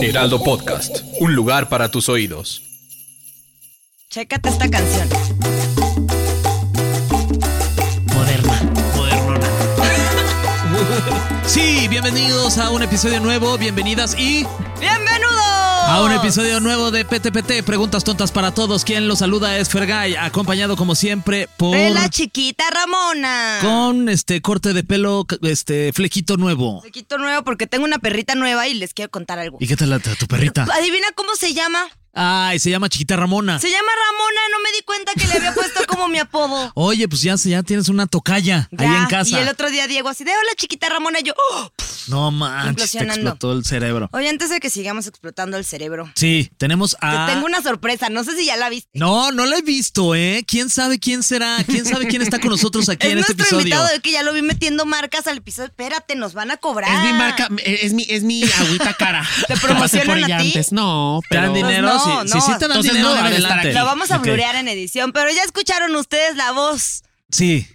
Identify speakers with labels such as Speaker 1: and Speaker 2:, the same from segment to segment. Speaker 1: Heraldo Podcast, un lugar para tus oídos.
Speaker 2: Chécate esta canción.
Speaker 3: Moderna, modernona. Sí, bienvenidos a un episodio nuevo, bienvenidas y
Speaker 2: ¡Bienvenidos!
Speaker 3: a un episodio nuevo de PTPT, Preguntas Tontas para Todos. Quien los saluda es Fergay, acompañado como siempre por...
Speaker 2: De la chiquita Ramona.
Speaker 3: Con este corte de pelo, este flequito nuevo.
Speaker 2: Me quito nuevo porque tengo una perrita nueva y les quiero contar algo.
Speaker 3: ¿Y qué tal la- tu perrita?
Speaker 2: Adivina cómo se llama.
Speaker 3: Ay, se llama Chiquita Ramona.
Speaker 2: Se llama Ramona, no me di cuenta que le había puesto como mi apodo.
Speaker 3: Oye, pues ya, ya tienes una tocaya ahí
Speaker 2: Ya,
Speaker 3: en casa.
Speaker 2: Y el otro día Diego así de hola chiquita Ramona, y yo. "Oh".
Speaker 3: No manches, te
Speaker 2: Implosionando.
Speaker 3: explotó el cerebro.
Speaker 2: Oye, antes de que sigamos explotando el cerebro,
Speaker 3: Sí, tenemos a...
Speaker 2: te tengo una sorpresa, no sé si ya la viste.
Speaker 3: No, no la he visto, ¿eh? ¿Quién sabe quién será? ¿Quién sabe quién está con nosotros aquí
Speaker 2: Es
Speaker 3: en este
Speaker 2: nuestro
Speaker 3: episodio?
Speaker 2: invitado de que ya lo vi metiendo marcas al episodio. Espérate, nos van a cobrar.
Speaker 4: Es mi marca, es mi, es mi agüita cara.
Speaker 2: Ah. ¿Te
Speaker 4: Ya pasé por
Speaker 2: promocionan a
Speaker 4: ella
Speaker 2: ti?
Speaker 4: antes. No,
Speaker 3: ¿Te dan
Speaker 4: pero-
Speaker 3: dinero?
Speaker 2: Pues no,
Speaker 3: si,
Speaker 2: no.
Speaker 3: si sí te dan
Speaker 4: Entonces
Speaker 3: dinero,
Speaker 4: no deben estar
Speaker 3: adelante.
Speaker 4: aquí.
Speaker 2: Lo vamos a
Speaker 4: Ok.
Speaker 2: blurear en edición, pero ya escucharon ustedes la voz.
Speaker 3: Sí.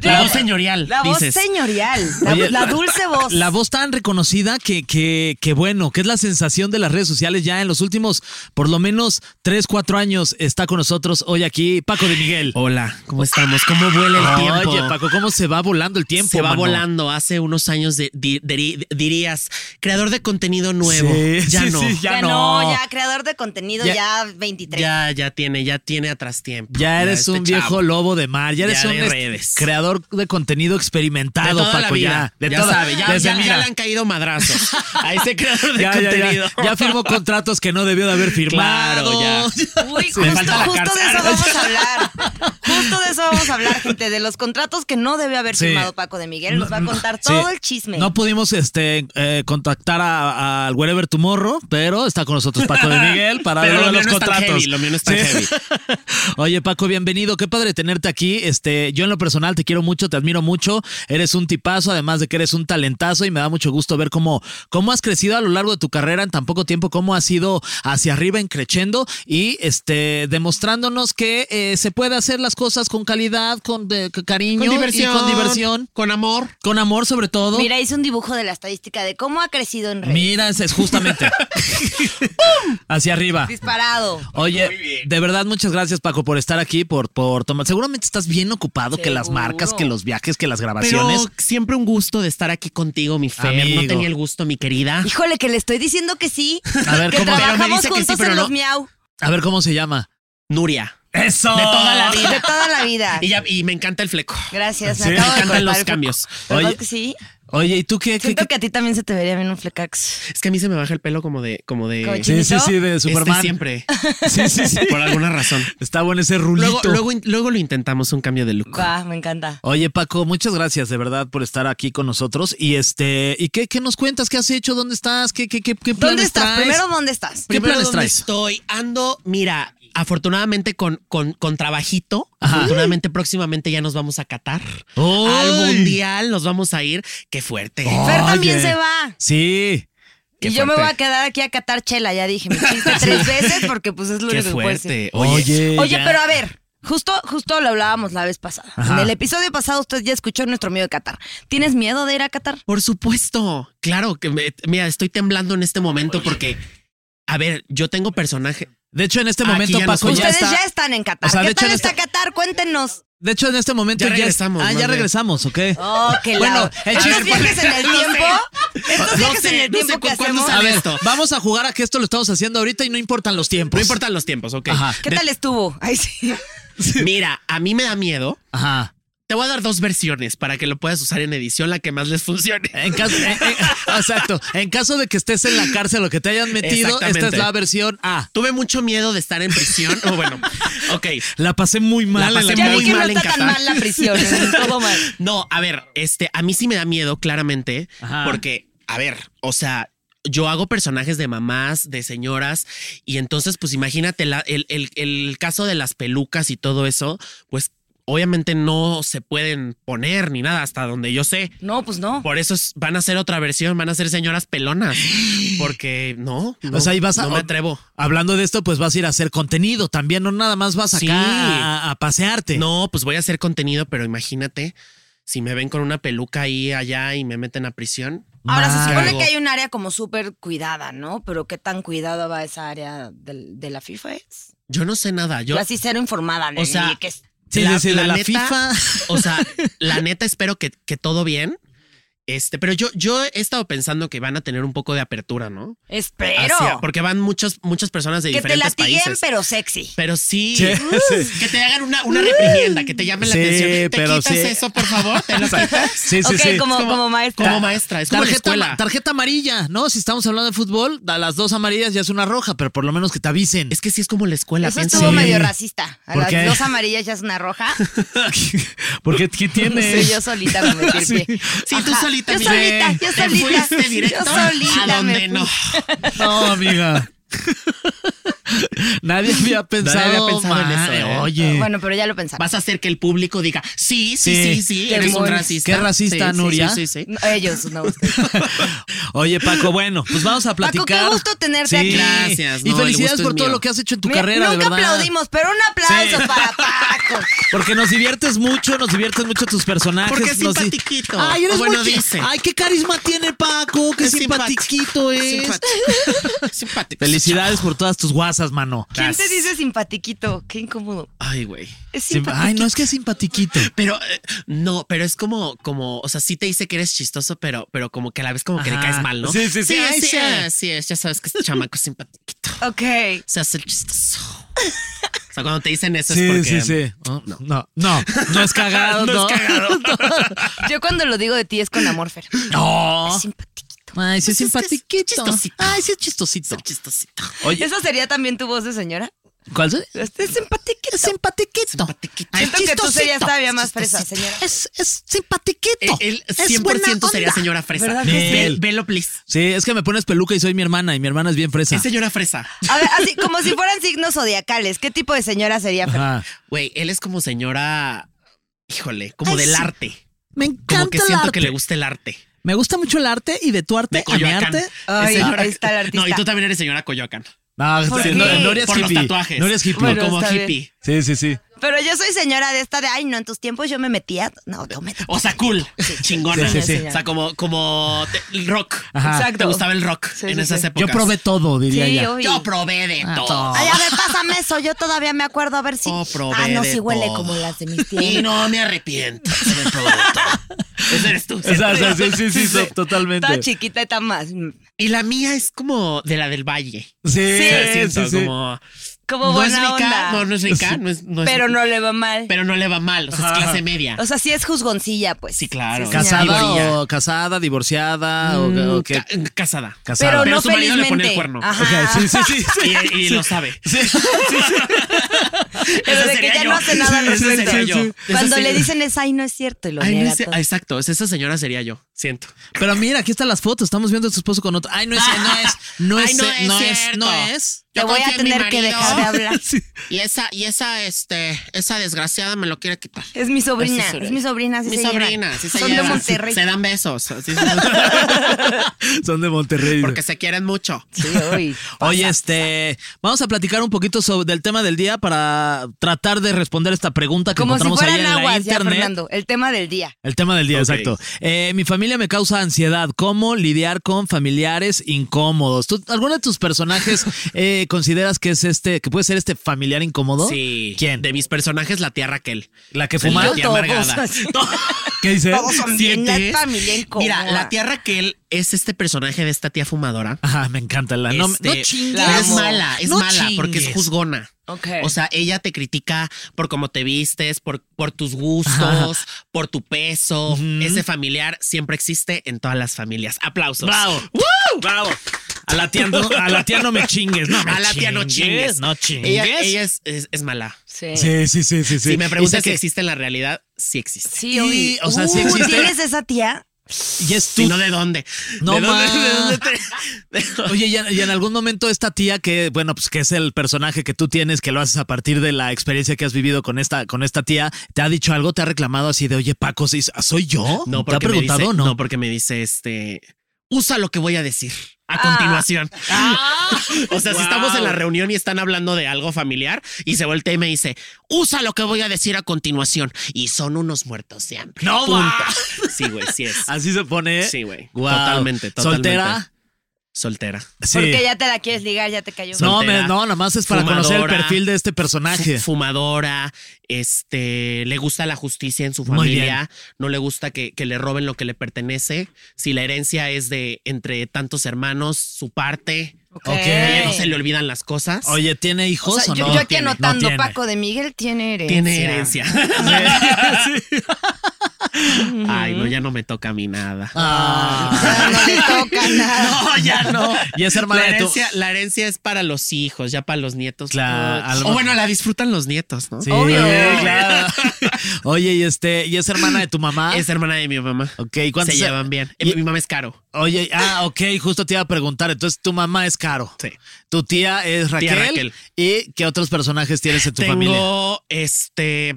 Speaker 4: La voz señorial,
Speaker 2: La
Speaker 4: dices.
Speaker 2: voz señorial. La,
Speaker 3: Oye,
Speaker 2: la dulce voz.
Speaker 3: La voz tan reconocida que, que, que bueno, que es la sensación de las redes sociales ya en los últimos, por lo menos, 3, 4 años, está con nosotros hoy aquí Paco de Miguel.
Speaker 4: Hola, ¿cómo estamos? ¿Cómo vuela el tiempo?
Speaker 3: Oye, Paco, ¿cómo se va volando el tiempo?
Speaker 4: Se va
Speaker 3: mano?
Speaker 4: volando. Hace unos años de- di- diri- dirías, creador de contenido nuevo.
Speaker 3: Sí,
Speaker 4: ya
Speaker 3: sí,
Speaker 4: no.
Speaker 3: sí,
Speaker 2: ya no, ya creador de contenido, ya,
Speaker 4: Ya-
Speaker 2: 23.
Speaker 4: Ya, ya tiene, ya tiene atrás tiempo.
Speaker 3: Ya eres
Speaker 4: este
Speaker 3: un viejo
Speaker 4: chavo.
Speaker 3: lobo de mar, ya eres
Speaker 4: Ya
Speaker 3: un
Speaker 4: de
Speaker 3: est-
Speaker 4: redes.
Speaker 3: creador de contenido experimentado,
Speaker 4: de toda
Speaker 3: Paco,
Speaker 4: la vida.
Speaker 3: ya. De
Speaker 4: ya
Speaker 3: toda-
Speaker 4: sabe, ya,
Speaker 3: desde
Speaker 4: ya- ya
Speaker 3: mira.
Speaker 4: le han caído madrazos a ese creador de
Speaker 3: Ya, ya, ya.
Speaker 4: contenido.
Speaker 3: Ya firmó contratos que no debió de haber firmado.
Speaker 4: Claro, ya.
Speaker 2: Uy,
Speaker 4: me
Speaker 2: justo,
Speaker 4: falta la
Speaker 2: justo de
Speaker 4: cárcel.
Speaker 2: eso vamos a hablar. Justo de eso vamos a hablar, gente, de los contratos que no debe haber
Speaker 3: Sí.
Speaker 2: firmado Paco de Miguel. Nos va a contar
Speaker 3: Sí.
Speaker 2: todo el chisme.
Speaker 3: No pudimos este, eh, contactar a- al Wherever Tomorrow, pero está con nosotros Paco de Miguel para
Speaker 4: Pero
Speaker 3: hablar
Speaker 4: lo
Speaker 3: de los
Speaker 4: mío no es tan
Speaker 3: contratos.
Speaker 4: heavy, lo mío no es tan heavy.
Speaker 3: Oye, Paco, bienvenido. Qué padre tenerte aquí. Este, yo en lo personal te quiero mucho, te admiro mucho. Eres un tipazo, además de que eres un talentazo y me da mucho gusto ver cómo, cómo has crecido a lo largo de tu carrera en tan poco tiempo, cómo has ido hacia arriba en creciendo y este, demostrándonos que eh, se puede hacer las cosas con calidad, con, de- con cariño
Speaker 4: Con
Speaker 3: y
Speaker 4: diversión.
Speaker 3: con diversión.
Speaker 4: Con amor.
Speaker 3: Con amor sobre todo.
Speaker 2: Mira, hice un dibujo de la estadística de cómo ha crecido en redes.
Speaker 3: Mira, ese es justamente. Hacia arriba.
Speaker 2: Disparado.
Speaker 3: Oye, de verdad, muchas gracias, Paco, por estar aquí, por, por tomar. Seguramente estás bien ocupado que las
Speaker 2: Seguro.
Speaker 3: marcas, que los viajes, que las
Speaker 4: Pero
Speaker 3: grabaciones.
Speaker 4: siempre un gusto de estar aquí contigo, mi Fer.
Speaker 3: Amigo.
Speaker 4: No tenía el gusto, mi querida.
Speaker 2: Híjole, que le estoy diciendo que sí.
Speaker 3: A ver,
Speaker 2: que
Speaker 3: ¿cómo? Pero me
Speaker 2: trabajamos
Speaker 4: dice que sí,
Speaker 2: juntos
Speaker 4: pero
Speaker 2: en
Speaker 4: no.
Speaker 2: los miau
Speaker 3: A ver cómo se llama.
Speaker 4: Nuria.
Speaker 3: ¡Eso!
Speaker 4: De toda la
Speaker 2: de
Speaker 4: vida.
Speaker 2: toda la vida.
Speaker 4: Y, ya- y me encanta el fleco.
Speaker 2: Gracias, me acabo
Speaker 3: Sí,
Speaker 4: me
Speaker 2: de
Speaker 4: encantan
Speaker 2: cortar
Speaker 4: los
Speaker 2: el fleco.
Speaker 4: cambios.
Speaker 2: ¿Verdad
Speaker 3: Oye-
Speaker 2: que sí?
Speaker 3: Oye, ¿y tú qué? qué-
Speaker 2: Siento
Speaker 3: qué-
Speaker 2: que a ti también se te vería bien un flecax.
Speaker 4: Es que a mí se me baja el pelo como de. Como de
Speaker 2: Como
Speaker 3: Sí, sí, sí, de
Speaker 4: Este
Speaker 3: Superman.
Speaker 4: siempre.
Speaker 3: Sí, sí, sí.
Speaker 4: Por alguna razón.
Speaker 3: Está bueno ese rulito.
Speaker 4: Luego, luego, luego lo intentamos un cambio de look.
Speaker 2: Va, me encanta.
Speaker 3: Oye, Paco, muchas gracias de verdad por estar aquí con nosotros. Y este, ¿y qué, qué nos cuentas? ¿Qué has hecho? ¿Dónde estás? ¿Qué, qué, qué, qué
Speaker 2: ¿Dónde
Speaker 3: planes
Speaker 2: estás?
Speaker 3: traes?
Speaker 2: Primero, ¿dónde estás?
Speaker 3: ¿Qué
Speaker 4: Primero,
Speaker 3: planes
Speaker 4: ¿dónde
Speaker 3: traes?
Speaker 4: Estoy ando, mira, afortunadamente con, con, con trabajito.
Speaker 3: Ajá.
Speaker 4: Afortunadamente, próximamente ya nos vamos a Qatar.
Speaker 3: ¡Ay!
Speaker 4: Al mundial nos vamos a ir. Qué fuerte.
Speaker 2: Fer también
Speaker 3: Oye.
Speaker 2: se va.
Speaker 3: Sí.
Speaker 4: Qué
Speaker 2: Y yo me
Speaker 4: fuerte.
Speaker 2: voy a quedar aquí a catar chela, ya dije, me chiste tres veces porque pues es lo
Speaker 4: Qué
Speaker 2: único que puedo decir.
Speaker 4: fuerte.
Speaker 3: Oye,
Speaker 2: Oye,
Speaker 4: ya.
Speaker 2: pero a ver, justo, justo lo hablábamos la vez pasada.
Speaker 3: Ajá.
Speaker 2: En el episodio pasado usted ya escuchó nuestro miedo de Qatar. ¿Tienes miedo de ir a Qatar?
Speaker 4: Por supuesto, claro que me- mira, estoy temblando en este momento porque, a ver, yo tengo personaje.
Speaker 3: De hecho, en este
Speaker 4: Aquí
Speaker 3: momento,
Speaker 4: Pues ya nos
Speaker 3: Paco, ya
Speaker 2: Ustedes
Speaker 3: está.
Speaker 2: ya están en Qatar.
Speaker 3: O sea,
Speaker 2: ¿Qué
Speaker 3: de hecho,
Speaker 2: tal
Speaker 3: en
Speaker 2: está
Speaker 3: esta-
Speaker 2: Qatar? Cuéntenos.
Speaker 3: De hecho, en este momento
Speaker 4: Ya
Speaker 3: ya,
Speaker 4: regresamos,
Speaker 3: Ah,
Speaker 4: más
Speaker 3: ya
Speaker 4: bien.
Speaker 3: regresamos, ¿ok?
Speaker 2: Oh, qué
Speaker 3: Bueno,
Speaker 2: lado.
Speaker 3: el
Speaker 2: Estos
Speaker 3: chiste-
Speaker 2: viajes en el
Speaker 4: No sé.
Speaker 2: tiempo. Estos
Speaker 4: No
Speaker 2: viajes
Speaker 4: sé,
Speaker 2: en el
Speaker 4: no sé
Speaker 2: tiempo que
Speaker 4: cu- cuándo
Speaker 2: hacemos.
Speaker 3: a
Speaker 4: sale.
Speaker 3: ver,
Speaker 4: esto.
Speaker 3: vamos a jugar a que esto lo estamos haciendo ahorita y no importan los tiempos.
Speaker 4: No importan los tiempos, ok.
Speaker 3: Ajá.
Speaker 2: ¿Qué
Speaker 4: De-
Speaker 2: tal estuvo? Ay, sí.
Speaker 4: Mira, a mí me da miedo.
Speaker 3: Ajá.
Speaker 4: Te voy a dar dos versiones para que lo puedas usar en edición, la que más les funcione.
Speaker 3: En caso, eh, eh, exacto. En caso de que estés en la cárcel o que te hayan metido, esta es
Speaker 4: Exactamente.
Speaker 3: la versión A.
Speaker 4: Tuve mucho miedo de estar en prisión. O bueno, ok.
Speaker 3: La pasé muy mal.
Speaker 4: La
Speaker 3: en
Speaker 4: pasé
Speaker 2: Ya
Speaker 4: muy
Speaker 2: vi que no
Speaker 4: mal en
Speaker 2: está tan
Speaker 4: Qatar.
Speaker 2: mal la prisión. Todo mal.
Speaker 4: No, a ver, este, a mí sí me da miedo, claramente,
Speaker 3: Ajá.
Speaker 4: porque, a ver, o sea, yo hago personajes de mamás, de señoras, y entonces, pues imagínate la- el, el- el caso de las pelucas y todo eso, pues obviamente no se pueden poner ni nada hasta donde yo sé.
Speaker 2: No, pues no.
Speaker 4: Por eso es- van a ser otra versión, van a ser señoras pelonas, porque no, no,
Speaker 3: O sea, y vas a-
Speaker 4: no me atrevo.
Speaker 3: Hablando de esto, pues vas a ir a hacer contenido también, no nada más vas acá
Speaker 4: Sí.
Speaker 3: a, a pasearte.
Speaker 4: No, pues voy a hacer contenido, pero imagínate si me ven con una peluca ahí allá y me meten a prisión.
Speaker 2: Ahora se
Speaker 4: Mal.
Speaker 2: supone que hay un área como súper cuidada, ¿no? Pero qué tan cuidada va esa área del- de, la FIFA es.
Speaker 4: Yo no sé nada. Yo,
Speaker 2: Yo así cero informada,
Speaker 4: O sea,
Speaker 2: ni que es-
Speaker 3: Sí, sí, sí, de la FIFA.
Speaker 4: O sea, la neta espero que, que todo bien. Este, pero yo, yo he estado pensando que van a tener un poco de apertura, ¿no?
Speaker 2: espero
Speaker 4: Hacia- porque van muchas, muchas personas de
Speaker 2: que te
Speaker 4: diferentes
Speaker 2: latiguen,
Speaker 4: países.
Speaker 2: pero sexy.
Speaker 4: Pero sí,
Speaker 3: Sí,
Speaker 4: que te hagan una, una reprimienda, que te llamen la
Speaker 3: Sí,
Speaker 4: atención. ¿Te
Speaker 3: pero
Speaker 4: quitas
Speaker 3: sí.
Speaker 4: eso, por favor? ¿Te lo quitas?
Speaker 3: Sí, sí,
Speaker 2: ok,
Speaker 3: sí.
Speaker 2: Como,
Speaker 4: Es
Speaker 2: como maestra.
Speaker 4: Como maestra, Oh, es como la
Speaker 3: Tarjeta,
Speaker 4: escuela.
Speaker 3: ama- tarjeta amarilla, ¿no? Si estamos hablando de fútbol, a las dos amarillas ya es una roja, pero por lo menos que te avisen.
Speaker 4: Es que sí es como la escuela.
Speaker 2: Eso
Speaker 4: piensa.
Speaker 2: estuvo
Speaker 3: Sí.
Speaker 2: medio racista. A
Speaker 3: ¿Por
Speaker 2: las
Speaker 3: qué?
Speaker 2: dos amarillas ya es una roja.
Speaker 3: Porque ¿qué
Speaker 2: No
Speaker 3: tiene?
Speaker 2: sé, yo solita me metí el pie.
Speaker 4: Sí, tú solita,
Speaker 2: Yo
Speaker 4: mira.
Speaker 2: solita, yo
Speaker 4: Te
Speaker 2: solita.
Speaker 4: fuiste directo
Speaker 2: Yo solita
Speaker 4: a donde
Speaker 2: me
Speaker 4: no.
Speaker 3: No, amiga. Nadie había pensado,
Speaker 4: pensado en
Speaker 3: ma-
Speaker 4: eso, ¿eh?
Speaker 3: Oye.
Speaker 2: Bueno, pero ya lo pensaron.
Speaker 4: Vas a hacer que el público diga, sí, sí,
Speaker 3: Sí.
Speaker 4: sí, sí,
Speaker 2: Qué
Speaker 4: eres un
Speaker 2: bueno.
Speaker 4: racista.
Speaker 3: Qué racista,
Speaker 4: Sí, sí,
Speaker 3: Nuria.
Speaker 4: Sí, sí, sí.
Speaker 2: No, ellos, no ustedes.
Speaker 3: Oye, Paco, bueno, pues vamos a
Speaker 2: Paco, qué
Speaker 3: platicar.
Speaker 2: gusto tenerte aquí.
Speaker 4: Gracias,
Speaker 3: y
Speaker 4: no, el
Speaker 3: felicidades
Speaker 4: gusto
Speaker 3: por
Speaker 4: es
Speaker 3: todo
Speaker 4: mío.
Speaker 3: lo que has hecho en tu
Speaker 2: Mira,
Speaker 3: carrera, de
Speaker 2: Nunca
Speaker 3: verdad.
Speaker 2: aplaudimos, pero un aplauso
Speaker 3: Sí.
Speaker 2: para Paco.
Speaker 3: Porque nos diviertes mucho, nos divierten mucho tus personajes.
Speaker 4: Porque es
Speaker 3: nos di-
Speaker 4: simpatiquito.
Speaker 3: Ay, eres
Speaker 4: O bueno,
Speaker 3: muy chi-
Speaker 4: dice.
Speaker 3: Ay, qué carisma tiene Paco, qué
Speaker 4: Es
Speaker 3: simpatiquito es.
Speaker 4: Simpático. Simpático.
Speaker 3: Felicidades por todas tus guasas, mano.
Speaker 2: ¿Quién te dice simpatiquito? Qué incómodo.
Speaker 4: Ay, güey.
Speaker 2: Es
Speaker 3: Sim- Ay,
Speaker 2: simpatiquito.
Speaker 3: no es que es simpatiquito.
Speaker 4: Pero eh, no, pero es como, como, o sea, sí te dice que eres chistoso, pero, pero como que a la vez como que le
Speaker 3: Ajá.
Speaker 4: caes mal, ¿no?
Speaker 3: Sí, sí, sí.
Speaker 4: Sí,
Speaker 3: Ay,
Speaker 4: sí,
Speaker 3: sí.
Speaker 4: es, sí es. Ya sabes que este chamaco es simpatiquito.
Speaker 2: Ok.
Speaker 4: Se hace el chistoso. O sea, cuando te dicen eso es
Speaker 3: Sí, sí,
Speaker 4: porque.
Speaker 3: sí. Oh, No, no, no, es cagado, no.
Speaker 4: No es cagado.
Speaker 2: Yo cuando lo digo de ti es con amor, Fer.
Speaker 4: Ah.
Speaker 3: No.
Speaker 2: Es simpatiquito.
Speaker 3: Oh. Ay, sí es
Speaker 4: Pues es que es
Speaker 3: simpatiquito.
Speaker 4: chistosito.
Speaker 3: Ay, sí es chistosito.
Speaker 4: El chistosito.
Speaker 3: Oye,
Speaker 2: ¿Esa sería también tu voz de señora?
Speaker 3: ¿cuál es?
Speaker 2: Este es simpatiquito.
Speaker 3: Simpatiquito.
Speaker 4: Simpatiquito.
Speaker 3: Ay,
Speaker 2: Siento que tú
Speaker 3: chistosito.
Speaker 2: serías todavía más
Speaker 4: chistosito.
Speaker 2: fresa, señora.
Speaker 3: Es, es simpatiquito.
Speaker 4: El, el
Speaker 3: Es buena
Speaker 4: 100% sería
Speaker 3: onda.
Speaker 4: señora fresa.
Speaker 2: ¿Verdad que
Speaker 3: sí?
Speaker 4: Ve- Velo, please.
Speaker 3: Sí, es que me pones peluca y soy mi hermana y mi hermana es bien fresa.
Speaker 4: Es señora fresa.
Speaker 2: A ver, así como si fueran signos zodiacales, ¿qué tipo de señora sería Fer?
Speaker 3: Ajá.
Speaker 4: Güey, él es como señora. Híjole, como
Speaker 3: Ay,
Speaker 4: del
Speaker 3: sí.
Speaker 4: arte.
Speaker 3: Me
Speaker 4: Como
Speaker 3: encanta
Speaker 4: que
Speaker 3: el
Speaker 4: siento
Speaker 3: arte.
Speaker 4: que le gusta el arte.
Speaker 3: Me gusta mucho el arte y de tu arte
Speaker 4: De
Speaker 3: a mi
Speaker 4: Coyoacán.
Speaker 3: arte.
Speaker 2: Ay,
Speaker 4: Es señora-
Speaker 2: ahí está el artista.
Speaker 4: No, y tú también eres señora Coyoacán.
Speaker 3: No,
Speaker 2: ¿Por
Speaker 3: sí,
Speaker 2: qué?
Speaker 3: no, Nuria es
Speaker 4: Por los
Speaker 3: hippie.
Speaker 4: tatuajes.
Speaker 3: Nuria es hippie.
Speaker 2: Bueno,
Speaker 4: como
Speaker 2: está bien.
Speaker 4: hippie.
Speaker 3: Sí, sí, sí.
Speaker 2: Pero yo soy señora de esta de, ay, no, en tus tiempos yo me metía. No, tú me
Speaker 4: O sea, cool. Chingona.
Speaker 3: Sí, sí, sí.
Speaker 4: O sea, como, como te- el rock.
Speaker 3: Ajá.
Speaker 4: Exacto. Te gustaba el rock
Speaker 2: Sí,
Speaker 4: en
Speaker 2: sí,
Speaker 4: esas
Speaker 2: sí.
Speaker 3: Yo
Speaker 4: épocas.
Speaker 3: probé todo, diría
Speaker 2: Sí,
Speaker 3: ella.
Speaker 2: obvio.
Speaker 4: Yo probé de
Speaker 3: Ah,
Speaker 4: todo.
Speaker 3: todo.
Speaker 2: Ay, a ver, pásame eso. Yo todavía me acuerdo a ver si.
Speaker 4: Oh, probé
Speaker 2: ah, no,
Speaker 4: de
Speaker 2: si huele
Speaker 4: todo.
Speaker 2: como las de mis
Speaker 4: Y
Speaker 2: tiempos.
Speaker 4: no me arrepiento de haber probado todo. Ese eres tú.
Speaker 3: O sea, o sea, sí, sí, sí,
Speaker 4: Sí.
Speaker 3: so- totalmente.
Speaker 2: Está chiquita y está más. mm,
Speaker 4: Y la mía es como de la del valle.
Speaker 3: Sí,
Speaker 4: O sea,
Speaker 3: sí,
Speaker 4: siento
Speaker 3: sí. sí.
Speaker 4: como.
Speaker 2: Como
Speaker 4: no es
Speaker 2: buena
Speaker 4: rica,
Speaker 2: onda.
Speaker 4: no, no es rica, no es, no es-
Speaker 2: pero no le va mal.
Speaker 4: Pues pero no le va mal, o sea, es
Speaker 3: Ajá.
Speaker 4: clase media.
Speaker 2: o sea, sí es juzgoncilla, pues.
Speaker 4: Sí, claro.
Speaker 2: Sí, señora.
Speaker 3: ¿Casada
Speaker 4: Divorciada.
Speaker 3: o casada, divorciada o- o,
Speaker 4: Mm,
Speaker 3: qué?
Speaker 4: ca- casada.
Speaker 3: Casada.
Speaker 2: Pero,
Speaker 4: Pero
Speaker 2: no
Speaker 4: su marido le
Speaker 2: felizmente.
Speaker 4: pone el cuerno.
Speaker 2: Ajá.
Speaker 3: Ok, sí, sí, sí. sí.
Speaker 4: Y, y lo sabe.
Speaker 3: Sí, sí, sí.
Speaker 2: Pero de
Speaker 4: Ese
Speaker 2: que
Speaker 4: sería
Speaker 2: ya
Speaker 4: yo.
Speaker 2: no hace nada al
Speaker 4: Ese sería
Speaker 2: respecto.
Speaker 4: yo. Ese
Speaker 2: Cuando
Speaker 4: sería-
Speaker 2: le dicen es ay, no es cierto y lo
Speaker 4: Ay, no
Speaker 2: niega
Speaker 4: es-
Speaker 2: todo.
Speaker 4: ah, exacto, esa señora sería yo, siento.
Speaker 3: Pero mira, aquí están las fotos. Estamos viendo a tu esposo con otro. Ay, no es, no es, no es,
Speaker 4: Ay, no es
Speaker 3: no es,
Speaker 4: cierto.
Speaker 3: no es.
Speaker 2: Te voy a tener que dejar de hablar.
Speaker 4: Y esa, y esa, este, esa desgraciada me lo quiere quitar.
Speaker 2: Es mi sobrina,
Speaker 4: Esa
Speaker 2: es mi sobrina, así
Speaker 4: Mi
Speaker 2: se
Speaker 4: sobrina,
Speaker 2: llevan.
Speaker 4: sí se
Speaker 2: Son
Speaker 4: llevan.
Speaker 2: de Monterrey.
Speaker 4: Se dan besos, así se-
Speaker 3: Son de Monterrey.
Speaker 4: porque se quieren mucho.
Speaker 2: Sí, uy.
Speaker 3: Oye, este, vamos a platicar un poquito sobre del tema del día para tratar de responder esta pregunta que
Speaker 2: Como si
Speaker 3: encontramos ahí
Speaker 2: fueran
Speaker 3: en la
Speaker 2: aguas, ya,
Speaker 3: internet.
Speaker 2: Fernando. El tema del día.
Speaker 3: El tema del día,
Speaker 4: Ok.
Speaker 3: exacto. Eh, mi familia me causa ansiedad. ¿Cómo lidiar con familiares incómodos? ¿Tú, ¿Alguno de tus personajes eh, consideras que es este, que puede ser este familiar incómodo?
Speaker 4: Sí.
Speaker 3: ¿Quién?
Speaker 4: De mis personajes, la tía Raquel.
Speaker 3: ¿La que
Speaker 4: Sí,
Speaker 3: fuma?
Speaker 4: la tía amargada.
Speaker 2: Todos.
Speaker 4: No.
Speaker 3: ¿Qué dice?
Speaker 2: Todos son bien,
Speaker 4: Siete.
Speaker 2: la familia incómoda.
Speaker 4: Mira, la tía Raquel es este personaje de esta tía fumadora.
Speaker 3: Ajá, me encanta la. Ah, No,
Speaker 4: Este,
Speaker 3: no
Speaker 4: pero
Speaker 3: chingues.
Speaker 4: es mala, es
Speaker 3: No
Speaker 4: mala porque es
Speaker 3: chingues.
Speaker 4: juzgona.
Speaker 2: Ok.
Speaker 4: O sea, ella te critica por cómo te vistes, por, por tus gustos, por tu peso. Ese familiar siempre existe en todas las familias. Aplausos.
Speaker 3: Bravo. Bravo. A la tía no, a la tía no me chingues. No me
Speaker 4: A la tía no chingues.
Speaker 3: No chingues.
Speaker 4: Ella, ella es, es- es mala.
Speaker 2: sí. sí.
Speaker 3: Sí, sí, sí, sí, sí.
Speaker 4: Si me
Speaker 3: Y sé
Speaker 4: preguntas si
Speaker 3: que-
Speaker 4: existe en la realidad, sí existe.
Speaker 3: y,
Speaker 2: oí.
Speaker 3: o sea, sí
Speaker 2: Uh,
Speaker 3: existe.
Speaker 2: ¿Tienes esa tía?
Speaker 3: Y es tu-
Speaker 4: Si no, ¿de dónde?
Speaker 3: No
Speaker 4: ¿De dónde-
Speaker 3: ma.
Speaker 4: de dónde te- de dónde-
Speaker 3: Oye, y en, y en algún momento esta tía que, bueno, pues que es el personaje que tú tienes, que lo haces a partir de la experiencia que has vivido con esta, con esta tía, ¿te ha dicho algo? ¿Te ha reclamado así de, oye, Paco, ¿sí- ¿soy yo?
Speaker 4: No,
Speaker 3: ¿Te ha
Speaker 4: porque me
Speaker 3: preguntado
Speaker 4: dice-
Speaker 3: o no?
Speaker 4: No, porque me dice este. Usa lo que voy a decir a continuación. o sea, si estamos en la reunión y están hablando de algo familiar y se voltea y me dice, usa lo que voy a decir a continuación. Y son unos muertos de hambre.
Speaker 3: No,
Speaker 4: Punto.
Speaker 3: ma.
Speaker 4: Sí, güey, sí es.
Speaker 3: Así se pone.
Speaker 4: Sí, güey.
Speaker 3: Guau.
Speaker 4: Totalmente, totalmente.
Speaker 3: ¿Soltera?
Speaker 4: Soltera.
Speaker 3: Sí.
Speaker 2: Porque ya te la quieres ligar, ya te cayó.
Speaker 3: No,
Speaker 4: soltera,
Speaker 3: me- no, nada más es para conocer el
Speaker 4: fumadora,
Speaker 3: perfil de este
Speaker 4: Fu-
Speaker 3: personaje.
Speaker 4: Fumadora, este, le gusta la justicia en su
Speaker 3: Muy
Speaker 4: familia, no le gusta que, que le roben lo que le pertenece. Si la herencia es de entre tantos hermanos, su parte,
Speaker 2: Ok.
Speaker 3: Ok.
Speaker 4: a ella no se le olvidan las cosas.
Speaker 3: Oye, ¿tiene hijos
Speaker 2: O
Speaker 3: o,
Speaker 2: sea, yo,
Speaker 3: no?
Speaker 2: yo aquí
Speaker 3: Tiene, no
Speaker 2: anotando,
Speaker 3: tiene.
Speaker 2: Paco de Miguel tiene herencia.
Speaker 4: tiene herencia. Ay, no, ya no me toca a mí nada.
Speaker 3: Ah.
Speaker 2: Ya no le toca nada.
Speaker 4: No, ya no.
Speaker 3: Y es hermana
Speaker 4: la
Speaker 3: de tu-
Speaker 4: herencia, la herencia es para los hijos, ya para los nietos. Ah,
Speaker 3: Claro, a lo
Speaker 4: o
Speaker 3: mejor-
Speaker 4: bueno, la disfrutan los nietos, ¿no?
Speaker 3: Sí,
Speaker 2: Obvio.
Speaker 3: claro. Oye, y este, y es hermana de tu mamá.
Speaker 4: Es hermana de mi mamá.
Speaker 3: Ok, ¿y
Speaker 4: Se
Speaker 3: cuántos
Speaker 4: llevan bien. Eh,
Speaker 3: y-
Speaker 4: Mi mamá es caro.
Speaker 3: Oye, ah, ok, justo te iba a preguntar. Entonces, tu mamá es Caro.
Speaker 4: Sí.
Speaker 3: Tu tía es Raquel.
Speaker 4: Tía Raquel.
Speaker 3: ¿Y qué otros personajes tienes en tu
Speaker 4: Tengo
Speaker 3: familia?
Speaker 4: este.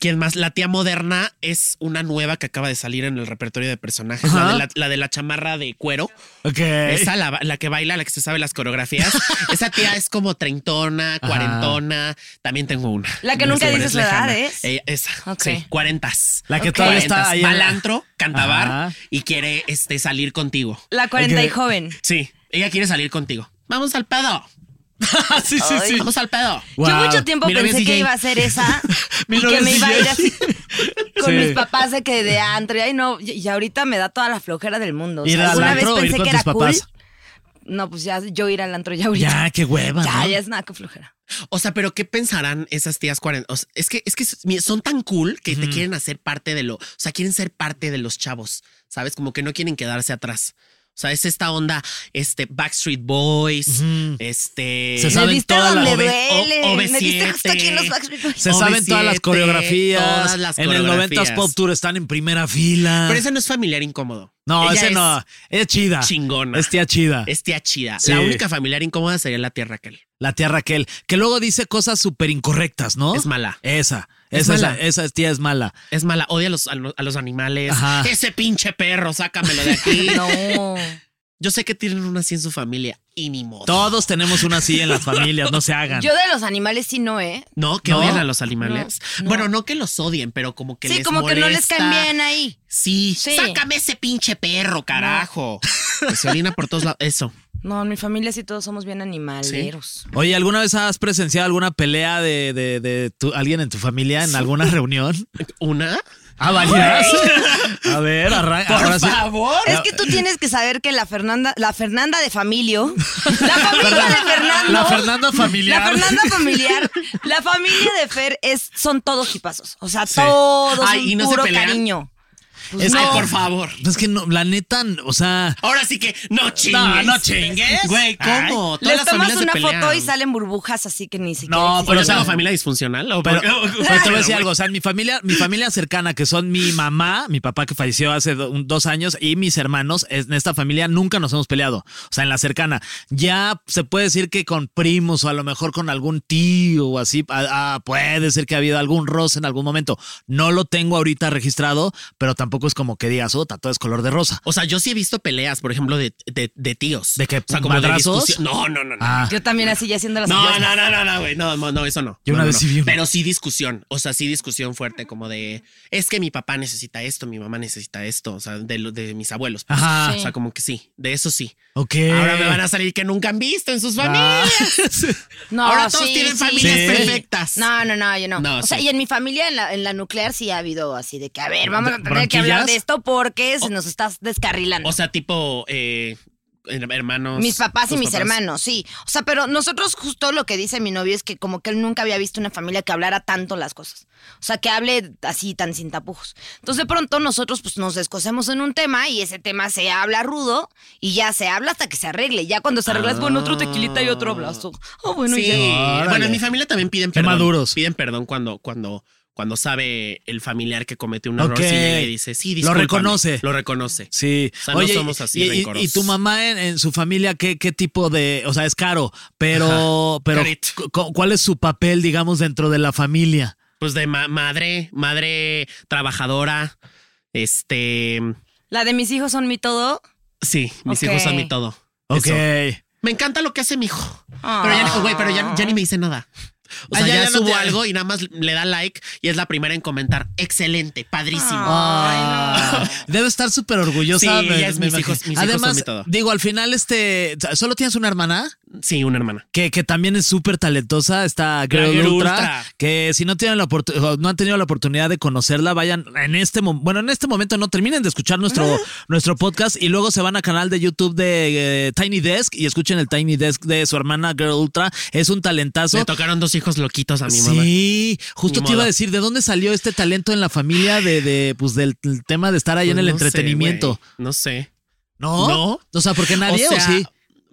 Speaker 4: ¿Quién más? La tía moderna es una nueva que acaba de salir en el repertorio de personajes. La
Speaker 3: Ajá.
Speaker 4: de la, la de la chamarra de cuero.
Speaker 3: Ok.
Speaker 4: Esa, la, la que baila, la que se sabe las coreografías. Esa tía es como treintona, cuarentona. También tengo una.
Speaker 2: La que nunca
Speaker 4: Pero
Speaker 2: dices
Speaker 4: es
Speaker 2: la edad,
Speaker 4: lejana.
Speaker 2: ¿es?
Speaker 4: Ella- esa.
Speaker 2: Ok.
Speaker 4: Sí, cuarentas.
Speaker 3: La que
Speaker 2: Ok.
Speaker 3: todavía está
Speaker 4: Cuarentas.
Speaker 3: ahí. en la-
Speaker 4: Balantro, cantabar
Speaker 3: Ajá.
Speaker 4: y quiere este, salir contigo.
Speaker 2: La 40 y
Speaker 3: Ok.
Speaker 2: joven.
Speaker 4: Sí, ella quiere salir contigo. Vamos al pedo.
Speaker 3: Ah, sí, sí, sí.
Speaker 4: Vamos al pedo.
Speaker 2: Yo
Speaker 3: Wow.
Speaker 2: mucho tiempo
Speaker 4: Mi novia
Speaker 2: pensé
Speaker 4: es
Speaker 2: que
Speaker 4: DJ.
Speaker 2: iba a ser esa
Speaker 3: Mi
Speaker 2: y
Speaker 3: novia
Speaker 2: que me
Speaker 3: es
Speaker 2: iba a ir
Speaker 3: DJ.
Speaker 2: así con
Speaker 3: Sí.
Speaker 2: mis papás de que de antro. Ay, no, y y ahorita me da toda la flojera del mundo. O sea,
Speaker 3: Ir al
Speaker 2: alguna vez
Speaker 3: antro o ir
Speaker 2: pensé
Speaker 3: con
Speaker 2: que era
Speaker 3: tus papás.
Speaker 2: cool. No, pues ya yo ir al antro ya ahorita.
Speaker 3: Ya, qué hueva.
Speaker 2: ya,
Speaker 3: ¿no?
Speaker 2: ya es nada que flojera.
Speaker 4: O sea, pero ¿qué pensarán esas tías 40? O sea, es que, es que mira, son tan cool que te quieren hacer parte de lo, o sea, quieren ser parte de los chavos, ¿sabes? Como que no quieren quedarse atrás. O sea, es esta onda, este, Backstreet Boys,
Speaker 3: Ujú.
Speaker 4: este...
Speaker 3: Se
Speaker 2: Me
Speaker 3: saben
Speaker 2: diste
Speaker 3: toda la-
Speaker 2: donde
Speaker 4: OV-
Speaker 2: duele.
Speaker 4: O-
Speaker 2: me diste
Speaker 4: OV7.
Speaker 2: justo aquí en los Backstreet Boys.
Speaker 3: Se saben todas las
Speaker 4: OV7,
Speaker 3: coreografías.
Speaker 4: todas las
Speaker 3: en el 90s
Speaker 4: coreografías.
Speaker 3: Pop Tour están en primera fila.
Speaker 4: Pero ese no es familiar incómodo.
Speaker 3: no,
Speaker 4: Ella
Speaker 3: ese
Speaker 4: es
Speaker 3: no. Es chida.
Speaker 4: Chingona.
Speaker 3: Es tía chida.
Speaker 4: Es tía chida.
Speaker 3: Sí.
Speaker 4: La única familiar incómoda sería la tía Raquel.
Speaker 3: La tía Raquel. Que luego dice cosas súper incorrectas, ¿no?
Speaker 4: Es mala.
Speaker 3: Esa.
Speaker 4: Es
Speaker 3: Esa, esa,
Speaker 4: mala.
Speaker 3: esa tía es mala.
Speaker 4: Es mala, odia a los, a los, a los animales.
Speaker 3: Ajá.
Speaker 4: Ese pinche perro, sácamelo de aquí.
Speaker 2: No.
Speaker 4: Yo sé que tienen una así en su familia y ni modo.
Speaker 3: Todos tenemos una así en las familias, no se hagan.
Speaker 2: Yo de los animales sí no, ¿eh?
Speaker 4: No, que
Speaker 3: ¿No?
Speaker 4: odian a los animales. Bueno, no que los odien, pero como que
Speaker 2: Sí,
Speaker 4: les
Speaker 2: como que no les
Speaker 4: molesta.
Speaker 2: caen bien ahí.
Speaker 4: Sí.
Speaker 2: Sí.
Speaker 4: sácame ese pinche perro, carajo. Que se orina por todos lados. Eso.
Speaker 2: No, en mi familia sí todos somos bien animaleros.
Speaker 3: Oye, ¿alguna vez has presenciado alguna pelea de, de- de tu- alguien en tu familia en alguna reunión?
Speaker 4: Una.
Speaker 3: Ah, varias. A ver, arranca. ahora sí. Ah,
Speaker 2: Es que tú tienes que saber que la Fernanda, la Fernanda de familio, la familia de Fernando,
Speaker 3: La Fernanda familiar.
Speaker 2: la Fernanda familiar, la familia de Fer es, son todos tipazos. O sea,
Speaker 3: Sí.
Speaker 2: todos
Speaker 4: Ay,
Speaker 2: son
Speaker 4: ¿y no se
Speaker 2: puro
Speaker 4: pelean?
Speaker 2: cariño. Pues
Speaker 4: Es
Speaker 2: no.
Speaker 4: que, por favor.
Speaker 3: Pues Es que no, la neta, o sea.
Speaker 4: Ahora sí que no chingues.
Speaker 3: No, no chingues.
Speaker 4: Güey, ¿cómo? Todas
Speaker 2: Les
Speaker 4: las
Speaker 2: tomas
Speaker 4: familias se
Speaker 2: una
Speaker 4: pelean.
Speaker 2: foto y salen burbujas así que ni siquiera.
Speaker 3: No,
Speaker 2: existen.
Speaker 4: Pero
Speaker 3: O sea,
Speaker 4: tengo familia disfuncional. ¿o
Speaker 3: Pero,
Speaker 4: por qué?
Speaker 3: pero te voy a decir algo, o sea, en mi familia, mi familia cercana, que son mi mamá, mi papá que falleció hace do- un- dos años, y mis hermanos, es- en esta familia nunca nos hemos peleado, o sea, en la cercana. Ya se puede decir que con primos o a lo mejor con algún tío o así, ah, ah, puede ser que ha habido algún roce en algún momento. No lo tengo ahorita registrado, pero tampoco es como que digas, oh, todo es color de rosa.
Speaker 4: O sea, yo sí he visto peleas, por ejemplo, de, de, de tíos.
Speaker 3: ¿De qué?
Speaker 4: O sea, como de
Speaker 3: ¿Madrazos?
Speaker 4: discusión. No, no, no, no.
Speaker 3: Ah,
Speaker 2: Yo también así ya haciendo las
Speaker 4: No,
Speaker 2: burbujas.
Speaker 4: no, no, no, no, güey. No, no, no, eso no.
Speaker 3: Yo una
Speaker 4: No, no,
Speaker 3: vez
Speaker 4: no.
Speaker 3: sí vi uno.
Speaker 4: Pero sí discusión. O sea, sí discusión fuerte, como de es que mi papá necesita esto, mi mamá necesita esto. O sea, de, lo- de mis abuelos. pues.
Speaker 3: Ajá.
Speaker 4: O sea, como que sí, de eso sí.
Speaker 3: ok.
Speaker 4: Ahora me van a salir que nunca han visto en sus
Speaker 3: Ah,
Speaker 4: familias.
Speaker 2: No,
Speaker 4: Ahora todos
Speaker 2: sí,
Speaker 4: tienen
Speaker 2: sí.
Speaker 4: familias
Speaker 3: Sí.
Speaker 4: perfectas.
Speaker 2: No, no, no, yo no.
Speaker 4: No,
Speaker 2: o sea,
Speaker 4: sí.
Speaker 2: y en mi familia, en la, en la nuclear, sí ha habido así de que, a ver, vamos a tener que
Speaker 3: Bronquitas
Speaker 2: hablar
Speaker 3: ¿Pandillas?
Speaker 2: de esto porque se nos estás descarrilando.
Speaker 4: O sea, tipo eh, hermanos.
Speaker 2: mis papás y
Speaker 4: tus
Speaker 2: mis hermanos, sí. O sea, pero nosotros justo lo que dice mi novio es que como que él nunca había visto una familia que hablara tanto las cosas. O sea, que hable así tan sin tapujos. Entonces de pronto nosotros pues nos descosemos en un tema y ese tema se habla rudo y ya se habla hasta que se arregle. Ya cuando se arregla es bueno, otro tequilita y otro abrazo. Ah, bueno,
Speaker 4: Sí.
Speaker 2: y ya.
Speaker 3: Órale.
Speaker 4: Bueno, en mi familia también piden
Speaker 3: Qué
Speaker 4: perdón.
Speaker 3: maduros.
Speaker 4: Piden perdón cuando, cuando, cuando sabe el familiar que cometió un error.
Speaker 3: Ok.
Speaker 4: sí llega y dice, sí,
Speaker 3: Lo
Speaker 4: discúlpame.
Speaker 3: reconoce.
Speaker 4: Lo reconoce.
Speaker 3: Sí,
Speaker 4: O sea, no somos
Speaker 3: y-
Speaker 4: así
Speaker 3: y, y,
Speaker 4: rencorosos.
Speaker 3: y tu mamá en, en su familia, ¿qué, ¿qué tipo de.? O sea, es caro, pero. pero
Speaker 4: carito.
Speaker 3: cu- ¿Cuál es su papel, digamos, dentro de la familia?
Speaker 4: Pues de ma- madre, madre trabajadora. Este.
Speaker 2: La de mis hijos son mi todo.
Speaker 4: Sí, mis
Speaker 2: Ok.
Speaker 4: hijos son mi todo.
Speaker 3: Ok.
Speaker 4: Eso. Me encanta lo que hace mi hijo.
Speaker 2: Ah.
Speaker 4: Pero ya, güey, pero ya, ya ni me dice nada. O sea,
Speaker 3: Ah, ya-
Speaker 4: ya,
Speaker 3: ya no
Speaker 4: subo
Speaker 3: te-
Speaker 4: algo y nada más le da like y es la primera en comentar. Excelente, padrísimo.
Speaker 3: Ah, Debe estar súper orgullosa.
Speaker 4: Sí,
Speaker 3: me-
Speaker 4: ella es
Speaker 3: me
Speaker 4: mis
Speaker 3: imagino.
Speaker 4: hijos- mis hijos son
Speaker 3: Además,
Speaker 4: mi todo.
Speaker 3: digo, al final, este. ¿Solo tienes una hermana?
Speaker 4: Sí, una hermana.
Speaker 3: Que, que también es súper talentosa, está Girl,
Speaker 4: Girl
Speaker 3: Ultra,
Speaker 4: Ultra.
Speaker 3: Que si no tienen la oportu- o no han tenido la oportunidad de conocerla, vayan en este momento. Bueno, en este momento no terminen de escuchar nuestro, nuestro podcast y luego se van al canal de YouTube de eh, Tiny Desk y escuchen el Tiny Desk de su hermana Girl Ultra. Es un
Speaker 4: Me
Speaker 3: talentazo.
Speaker 4: tocaron dos hijos loquitos a mi mamá.
Speaker 3: Sí, justo
Speaker 4: Ni
Speaker 3: te iba a
Speaker 4: modo.
Speaker 3: decir, ¿de dónde salió este talento en la familia de, de pues del del tema de estar ahí en el
Speaker 4: Pues no sé,
Speaker 3: entretenimiento?
Speaker 4: güey, no sé.
Speaker 3: ¿No?
Speaker 4: No.
Speaker 3: O sea, porque nadie o,
Speaker 4: sea,
Speaker 3: sí.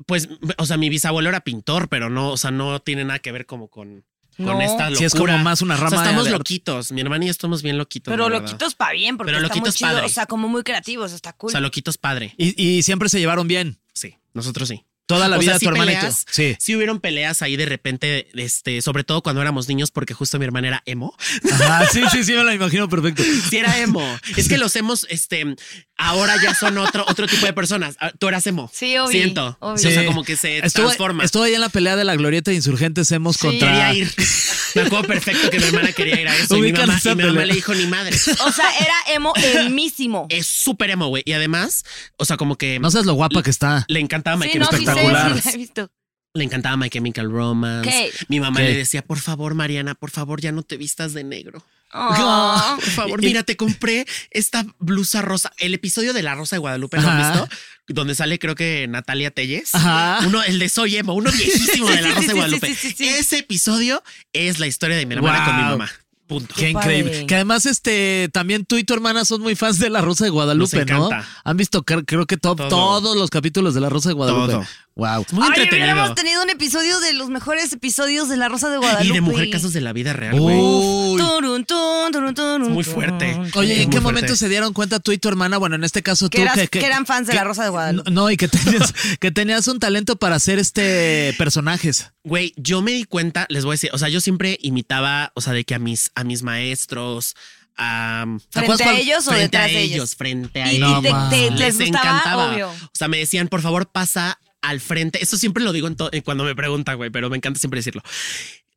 Speaker 4: Pues, o sea, mi bisabuelo era pintor, pero no, o sea, no tiene nada que ver como con, con
Speaker 2: No.
Speaker 4: esta locura.
Speaker 3: Sí, es como más una
Speaker 4: O sea,
Speaker 3: rama de-
Speaker 4: estamos
Speaker 3: de-
Speaker 4: loquitos. Mi hermana y yo estamos bien loquitos.
Speaker 2: Pero
Speaker 4: la verdad.
Speaker 2: loquitos para bien, porque
Speaker 4: Pero
Speaker 2: está muy
Speaker 4: loquitos
Speaker 2: chido.
Speaker 4: padre.
Speaker 2: O sea, como muy creativos, está
Speaker 4: O
Speaker 2: cool.
Speaker 4: sea, loquitos padre.
Speaker 3: Y, y siempre se llevaron bien.
Speaker 4: Sí, nosotros sí.
Speaker 3: Toda la
Speaker 4: O
Speaker 3: vida
Speaker 4: sea,
Speaker 3: tu
Speaker 4: sí
Speaker 3: hermana y tú.
Speaker 4: peleas.
Speaker 3: Sí.
Speaker 4: Sí hubieron peleas ahí de repente, este, sobre todo cuando éramos niños, porque justo mi hermana era emo.
Speaker 3: Ajá, sí, sí, sí, me lo imagino perfecto.
Speaker 4: Sí era emo. es que los emos, este, ahora ya son otro, otro tipo de personas. Ah, Tú eras emo.
Speaker 2: Sí, obvio,
Speaker 4: Siento.
Speaker 2: obvio.
Speaker 4: O
Speaker 2: Sí.
Speaker 4: sea, como que se transforma.
Speaker 3: Estuvo ahí en la pelea de la glorieta de insurgentes hemos
Speaker 2: Sí.
Speaker 3: contra.
Speaker 4: Quería ir. Me acuerdo perfecto que mi hermana quería ir a eso. Y mi
Speaker 3: Ubican
Speaker 4: mamá,
Speaker 3: esa
Speaker 4: y mi mamá
Speaker 3: pelea.
Speaker 4: le dijo ni madre.
Speaker 2: O sea, era emo emísimo.
Speaker 4: Es súper emo, güey. Y además, o sea, como que
Speaker 3: No sabes lo guapa que está.
Speaker 4: le encantaba My
Speaker 2: Sí, no,
Speaker 4: Chemical
Speaker 2: sí sé, sí
Speaker 4: Romance.
Speaker 3: espectacular.
Speaker 2: la he visto.
Speaker 4: Le encantaba My Chemical Romance.
Speaker 2: Ok.
Speaker 4: Mi mamá
Speaker 3: Ok.
Speaker 4: le decía, por favor, Mariana, por favor, ya no te vistas de negro.
Speaker 2: Ah.
Speaker 4: Por favor,
Speaker 3: Y-
Speaker 4: mira, te compré esta blusa rosa. El episodio de La Rosa de Guadalupe, ¿lo
Speaker 3: Ajá.
Speaker 4: han visto? Donde sale, creo que Natalia Telles.
Speaker 3: Ajá.
Speaker 4: Uno, el de Soy Emo, uno viejísimo de La
Speaker 2: Sí, sí,
Speaker 4: Rosa
Speaker 2: sí,
Speaker 4: de
Speaker 2: sí,
Speaker 4: Guadalupe.
Speaker 2: sí, sí, sí.
Speaker 4: Ese episodio es la historia de mi hermana
Speaker 3: Wow.
Speaker 4: con mi mamá. Punto.
Speaker 3: Qué
Speaker 2: padre.
Speaker 3: increíble. Que además, este, también tú y tu hermana son muy fans de La Rosa de Guadalupe,
Speaker 4: Nos
Speaker 3: ¿no?
Speaker 4: encanta.
Speaker 3: Han visto, cre- creo que top,
Speaker 4: Todo.
Speaker 3: todos los capítulos de La Rosa de Guadalupe.
Speaker 4: Todo.
Speaker 3: Wow.
Speaker 4: Muy
Speaker 2: Ay,
Speaker 4: entretenido.
Speaker 2: hubiéramos tenido un episodio de los mejores episodios de La Rosa de Guadalupe. Oh,
Speaker 4: Y de mujer casos de la vida real, güey.
Speaker 3: Uy.
Speaker 2: Turun, tun, turun, turun,
Speaker 4: Muy
Speaker 2: tun.
Speaker 4: fuerte.
Speaker 3: Oye, ¿y ¿en qué
Speaker 4: Muy fuerte.
Speaker 3: momento se dieron cuenta tú y tu hermana? Bueno, en este caso
Speaker 2: Que,
Speaker 3: tú
Speaker 2: eras-
Speaker 3: que, que-
Speaker 2: que eran fans de
Speaker 3: que-
Speaker 2: La Rosa de
Speaker 3: no,
Speaker 2: Guadalupe.
Speaker 3: no, y que tenías, que tenías un talento para hacer este personajes.
Speaker 4: Güey, yo me di cuenta, les voy a decir, o sea, yo siempre imitaba, o sea, de que a mis, a mis maestros, a.
Speaker 2: ¿Frente a
Speaker 3: cuál-
Speaker 2: ellos o
Speaker 4: frente
Speaker 2: detrás
Speaker 4: a
Speaker 2: de ellos?
Speaker 4: ellos, frente a
Speaker 2: Y- y
Speaker 4: ellos.
Speaker 3: te- No, te-
Speaker 2: les gustaba, obvio.
Speaker 4: O sea, me decían, por favor, pasa al frente. Eso siempre lo digo en to- eh, cuando me preguntan, güey, pero me encanta siempre decirlo.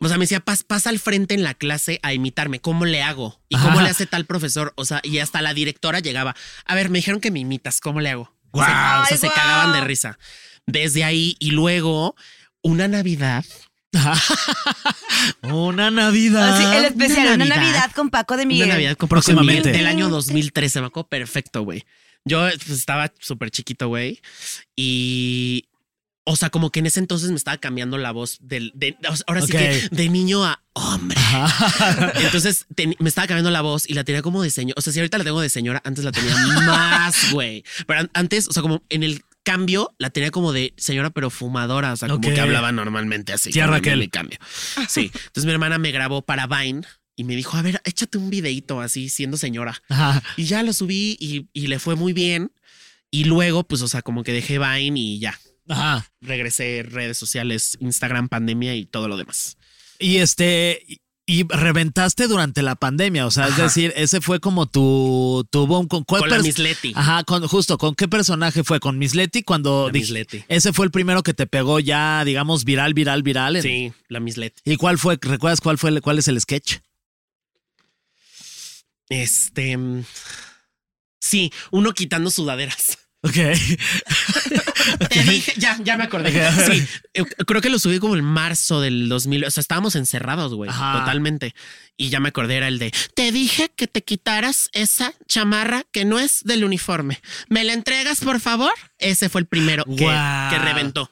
Speaker 4: O sea, me decía, "Pas- pasa al frente en la clase a imitarme. ¿Cómo le hago? ¿Y cómo
Speaker 3: Ajá.
Speaker 4: le hace tal profesor? O sea, y hasta la directora llegaba. A ver, me dijeron que me imitas. ¿Cómo le hago?
Speaker 3: Guau.
Speaker 4: Se, cagaban, o sea,
Speaker 2: Ay,
Speaker 4: se
Speaker 2: guau.
Speaker 4: cagaban de risa. Desde ahí y luego una Navidad.
Speaker 3: Una Navidad.
Speaker 2: Así, Ah, el especial, una
Speaker 4: Ah, una
Speaker 2: Navidad,
Speaker 4: Navidad
Speaker 2: con Paco de Miguel.
Speaker 4: Una Navidad con
Speaker 3: Próximamente.
Speaker 4: próximamente. Del año 2013, me acuerdo perfecto, güey. Yo pues, estaba súper chiquito, güey. Y. O sea, como que en ese entonces me estaba cambiando la voz del. de- o sea, ahora sí
Speaker 3: Ok.
Speaker 4: que de niño a hombre. Entonces ten- me estaba cambiando la voz y la tenía como de señora. O sea, si ahorita la tengo de señora, antes la tenía más, güey. Pero an- antes, o sea, como en el cambio, la tenía como de señora, pero fumadora. O sea, como
Speaker 3: Ok.
Speaker 4: que hablaba normalmente así.
Speaker 3: Tía
Speaker 4: como en
Speaker 3: Raquel.
Speaker 4: el cambio. Sí. Entonces mi hermana me grabó para Vine y me dijo, a ver, échate un videito así siendo señora.
Speaker 3: Ajá.
Speaker 4: Y ya lo subí y, y le fue muy bien. Y luego, pues, o sea, como que dejé Vine y ya.
Speaker 3: Ajá.
Speaker 4: Regresé redes sociales, Instagram, pandemia y todo lo demás.
Speaker 3: Y este. y- Y reventaste durante la pandemia, o sea, es
Speaker 4: Ajá.
Speaker 3: decir, ese fue como tu, tu boom. ¿Con cuál
Speaker 4: Con la
Speaker 3: pers-
Speaker 4: Miss Leti.
Speaker 3: Ajá, con, justo, ¿con qué personaje fue? ¿Con Miss Leti? Cuando
Speaker 4: La
Speaker 3: dij-
Speaker 4: Miss Leti.
Speaker 3: Ese fue el primero que te pegó ya, digamos, viral, viral, viral. en-
Speaker 4: Sí, la Miss Leti.
Speaker 3: ¿Y cuál fue? ¿Recuerdas cuál fue el- cuál es el sketch?
Speaker 4: Este. mm, Sí, uno quitando sudaderas.
Speaker 3: Ok.
Speaker 4: Te dije, ya, ya me acordé. Sí, eh, creo que lo subí como en marzo del 2000. O sea, estábamos encerrados, güey,
Speaker 3: Ajá.
Speaker 4: totalmente. Y ya me acordé, era el de, te dije que te quitaras esa chamarra que no es del uniforme. ¿Me la entregas, por favor? Ese fue el primero que,
Speaker 3: Guau.
Speaker 4: que reventó.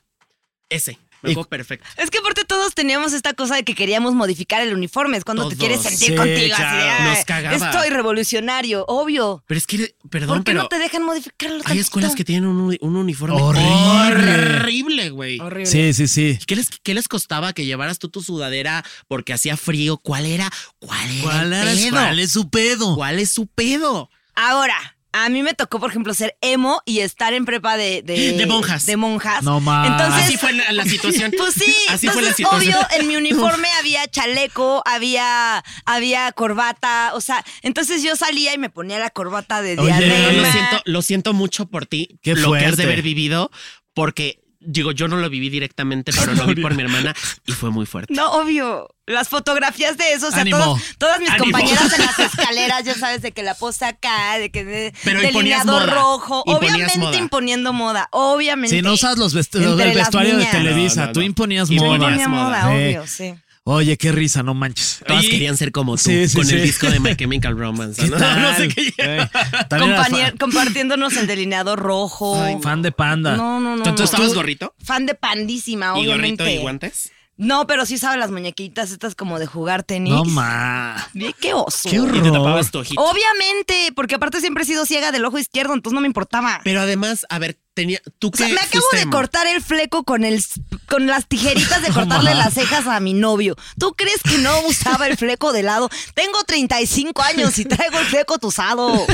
Speaker 4: Ese. Me
Speaker 3: Y-
Speaker 4: acuerdo perfecto.
Speaker 2: Es que aparte todos teníamos esta cosa de que queríamos modificar el uniforme. Es cuando te
Speaker 4: Todos.
Speaker 2: quieres sentir
Speaker 3: Sí,
Speaker 2: contigo. así de,
Speaker 3: claro.
Speaker 2: "Ah,
Speaker 4: Nos cagaba".
Speaker 2: Estoy revolucionario, obvio.
Speaker 4: Pero es que,
Speaker 2: ¿Por
Speaker 4: perdón,
Speaker 2: qué
Speaker 4: pero
Speaker 2: no te dejan modificarlo
Speaker 4: hay escuelas que tienen un, uni- un uniforme
Speaker 3: Horrible.
Speaker 4: horrible, güey.
Speaker 2: Horrible.
Speaker 3: Sí, sí, sí.
Speaker 4: ¿Qué les, ¿Qué les costaba que llevaras tú tu sudadera porque hacía frío? ¿Cuál era? ¿Cuál era?
Speaker 3: ¿Cuál,
Speaker 4: el
Speaker 3: era-
Speaker 4: pedo?
Speaker 3: cuál es su pedo?
Speaker 4: ¿Cuál es su pedo?
Speaker 2: Ahora, a mí me tocó, por ejemplo, ser emo y estar en prepa de... De,
Speaker 4: De monjas.
Speaker 2: De monjas.
Speaker 3: No más.
Speaker 2: Entonces,
Speaker 4: Así fue la, la situación.
Speaker 2: Pues sí,
Speaker 4: Así fue la
Speaker 2: entonces
Speaker 4: situación.
Speaker 2: obvio en mi uniforme había chaleco, había, había corbata, o sea, entonces yo salía y me ponía la corbata de
Speaker 3: Oye,
Speaker 4: Pero
Speaker 2: diadema.
Speaker 4: lo siento, lo siento mucho por ti,
Speaker 3: Qué
Speaker 4: lo que has
Speaker 3: fuerte.
Speaker 4: de haber vivido, porque digo, yo no lo viví directamente, pero lo vi por mi hermana y fue muy fuerte.
Speaker 2: No, obvio. Las fotografías de eso, o sea,
Speaker 3: Ánimo.
Speaker 2: todas, todas mis
Speaker 4: Ánimo.
Speaker 2: compañeras en las escaleras, ya sabes, de que la pose acá, de que de,
Speaker 4: Pero imponías
Speaker 2: delineador
Speaker 4: moda.
Speaker 2: rojo.
Speaker 4: Imponías
Speaker 2: Obviamente
Speaker 4: moda.
Speaker 2: imponiendo moda, obviamente.
Speaker 3: Si no usas los vest-
Speaker 2: Entre
Speaker 3: los- el
Speaker 2: las
Speaker 3: vestuario de
Speaker 2: niñas.
Speaker 3: Televisa,
Speaker 4: No, no,
Speaker 3: tú
Speaker 4: no.
Speaker 3: imponías
Speaker 4: Yo
Speaker 3: moda.
Speaker 2: Imponía moda,
Speaker 3: Eh,
Speaker 2: obvio, sí.
Speaker 3: Oye, qué risa, no manches.
Speaker 4: Todas
Speaker 3: Oye,
Speaker 4: querían ser como tú
Speaker 3: Sí, sí,
Speaker 4: con
Speaker 3: sí.
Speaker 4: el disco de My Chemical Romance.
Speaker 3: ¿qué
Speaker 4: ¿no?
Speaker 3: tal?
Speaker 4: No sé qué.
Speaker 3: Eh, también eras
Speaker 2: Compañer-
Speaker 3: fan-
Speaker 2: compartiéndonos el delineador rojo.
Speaker 3: Ay, fan de Panda.
Speaker 2: No, no, no.
Speaker 4: ¿Tú, tú
Speaker 2: no.
Speaker 4: estabas gorrito?
Speaker 2: Fan de pandísima,
Speaker 4: ¿Y
Speaker 2: obviamente.
Speaker 4: gorrito y guantes?
Speaker 2: No, pero sí sabe las muñequitas estas como de jugar tenis.
Speaker 3: No ma.
Speaker 2: Ve, Qué oso.
Speaker 3: Qué horror.
Speaker 4: Y te tapabas tu ojito.
Speaker 2: Obviamente, porque aparte siempre he sido ciega del ojo izquierdo, entonces no me importaba.
Speaker 4: Pero además, a ver, tenía. ¿Tú
Speaker 2: O
Speaker 4: qué
Speaker 2: sea, me acabo
Speaker 4: fuiste
Speaker 2: de
Speaker 4: emo?
Speaker 2: cortar el fleco con el con las tijeritas de cortarle las cejas a mi novio. ¿Tú crees que no usaba el fleco de lado? Tengo 35 años y traigo el fleco tusado.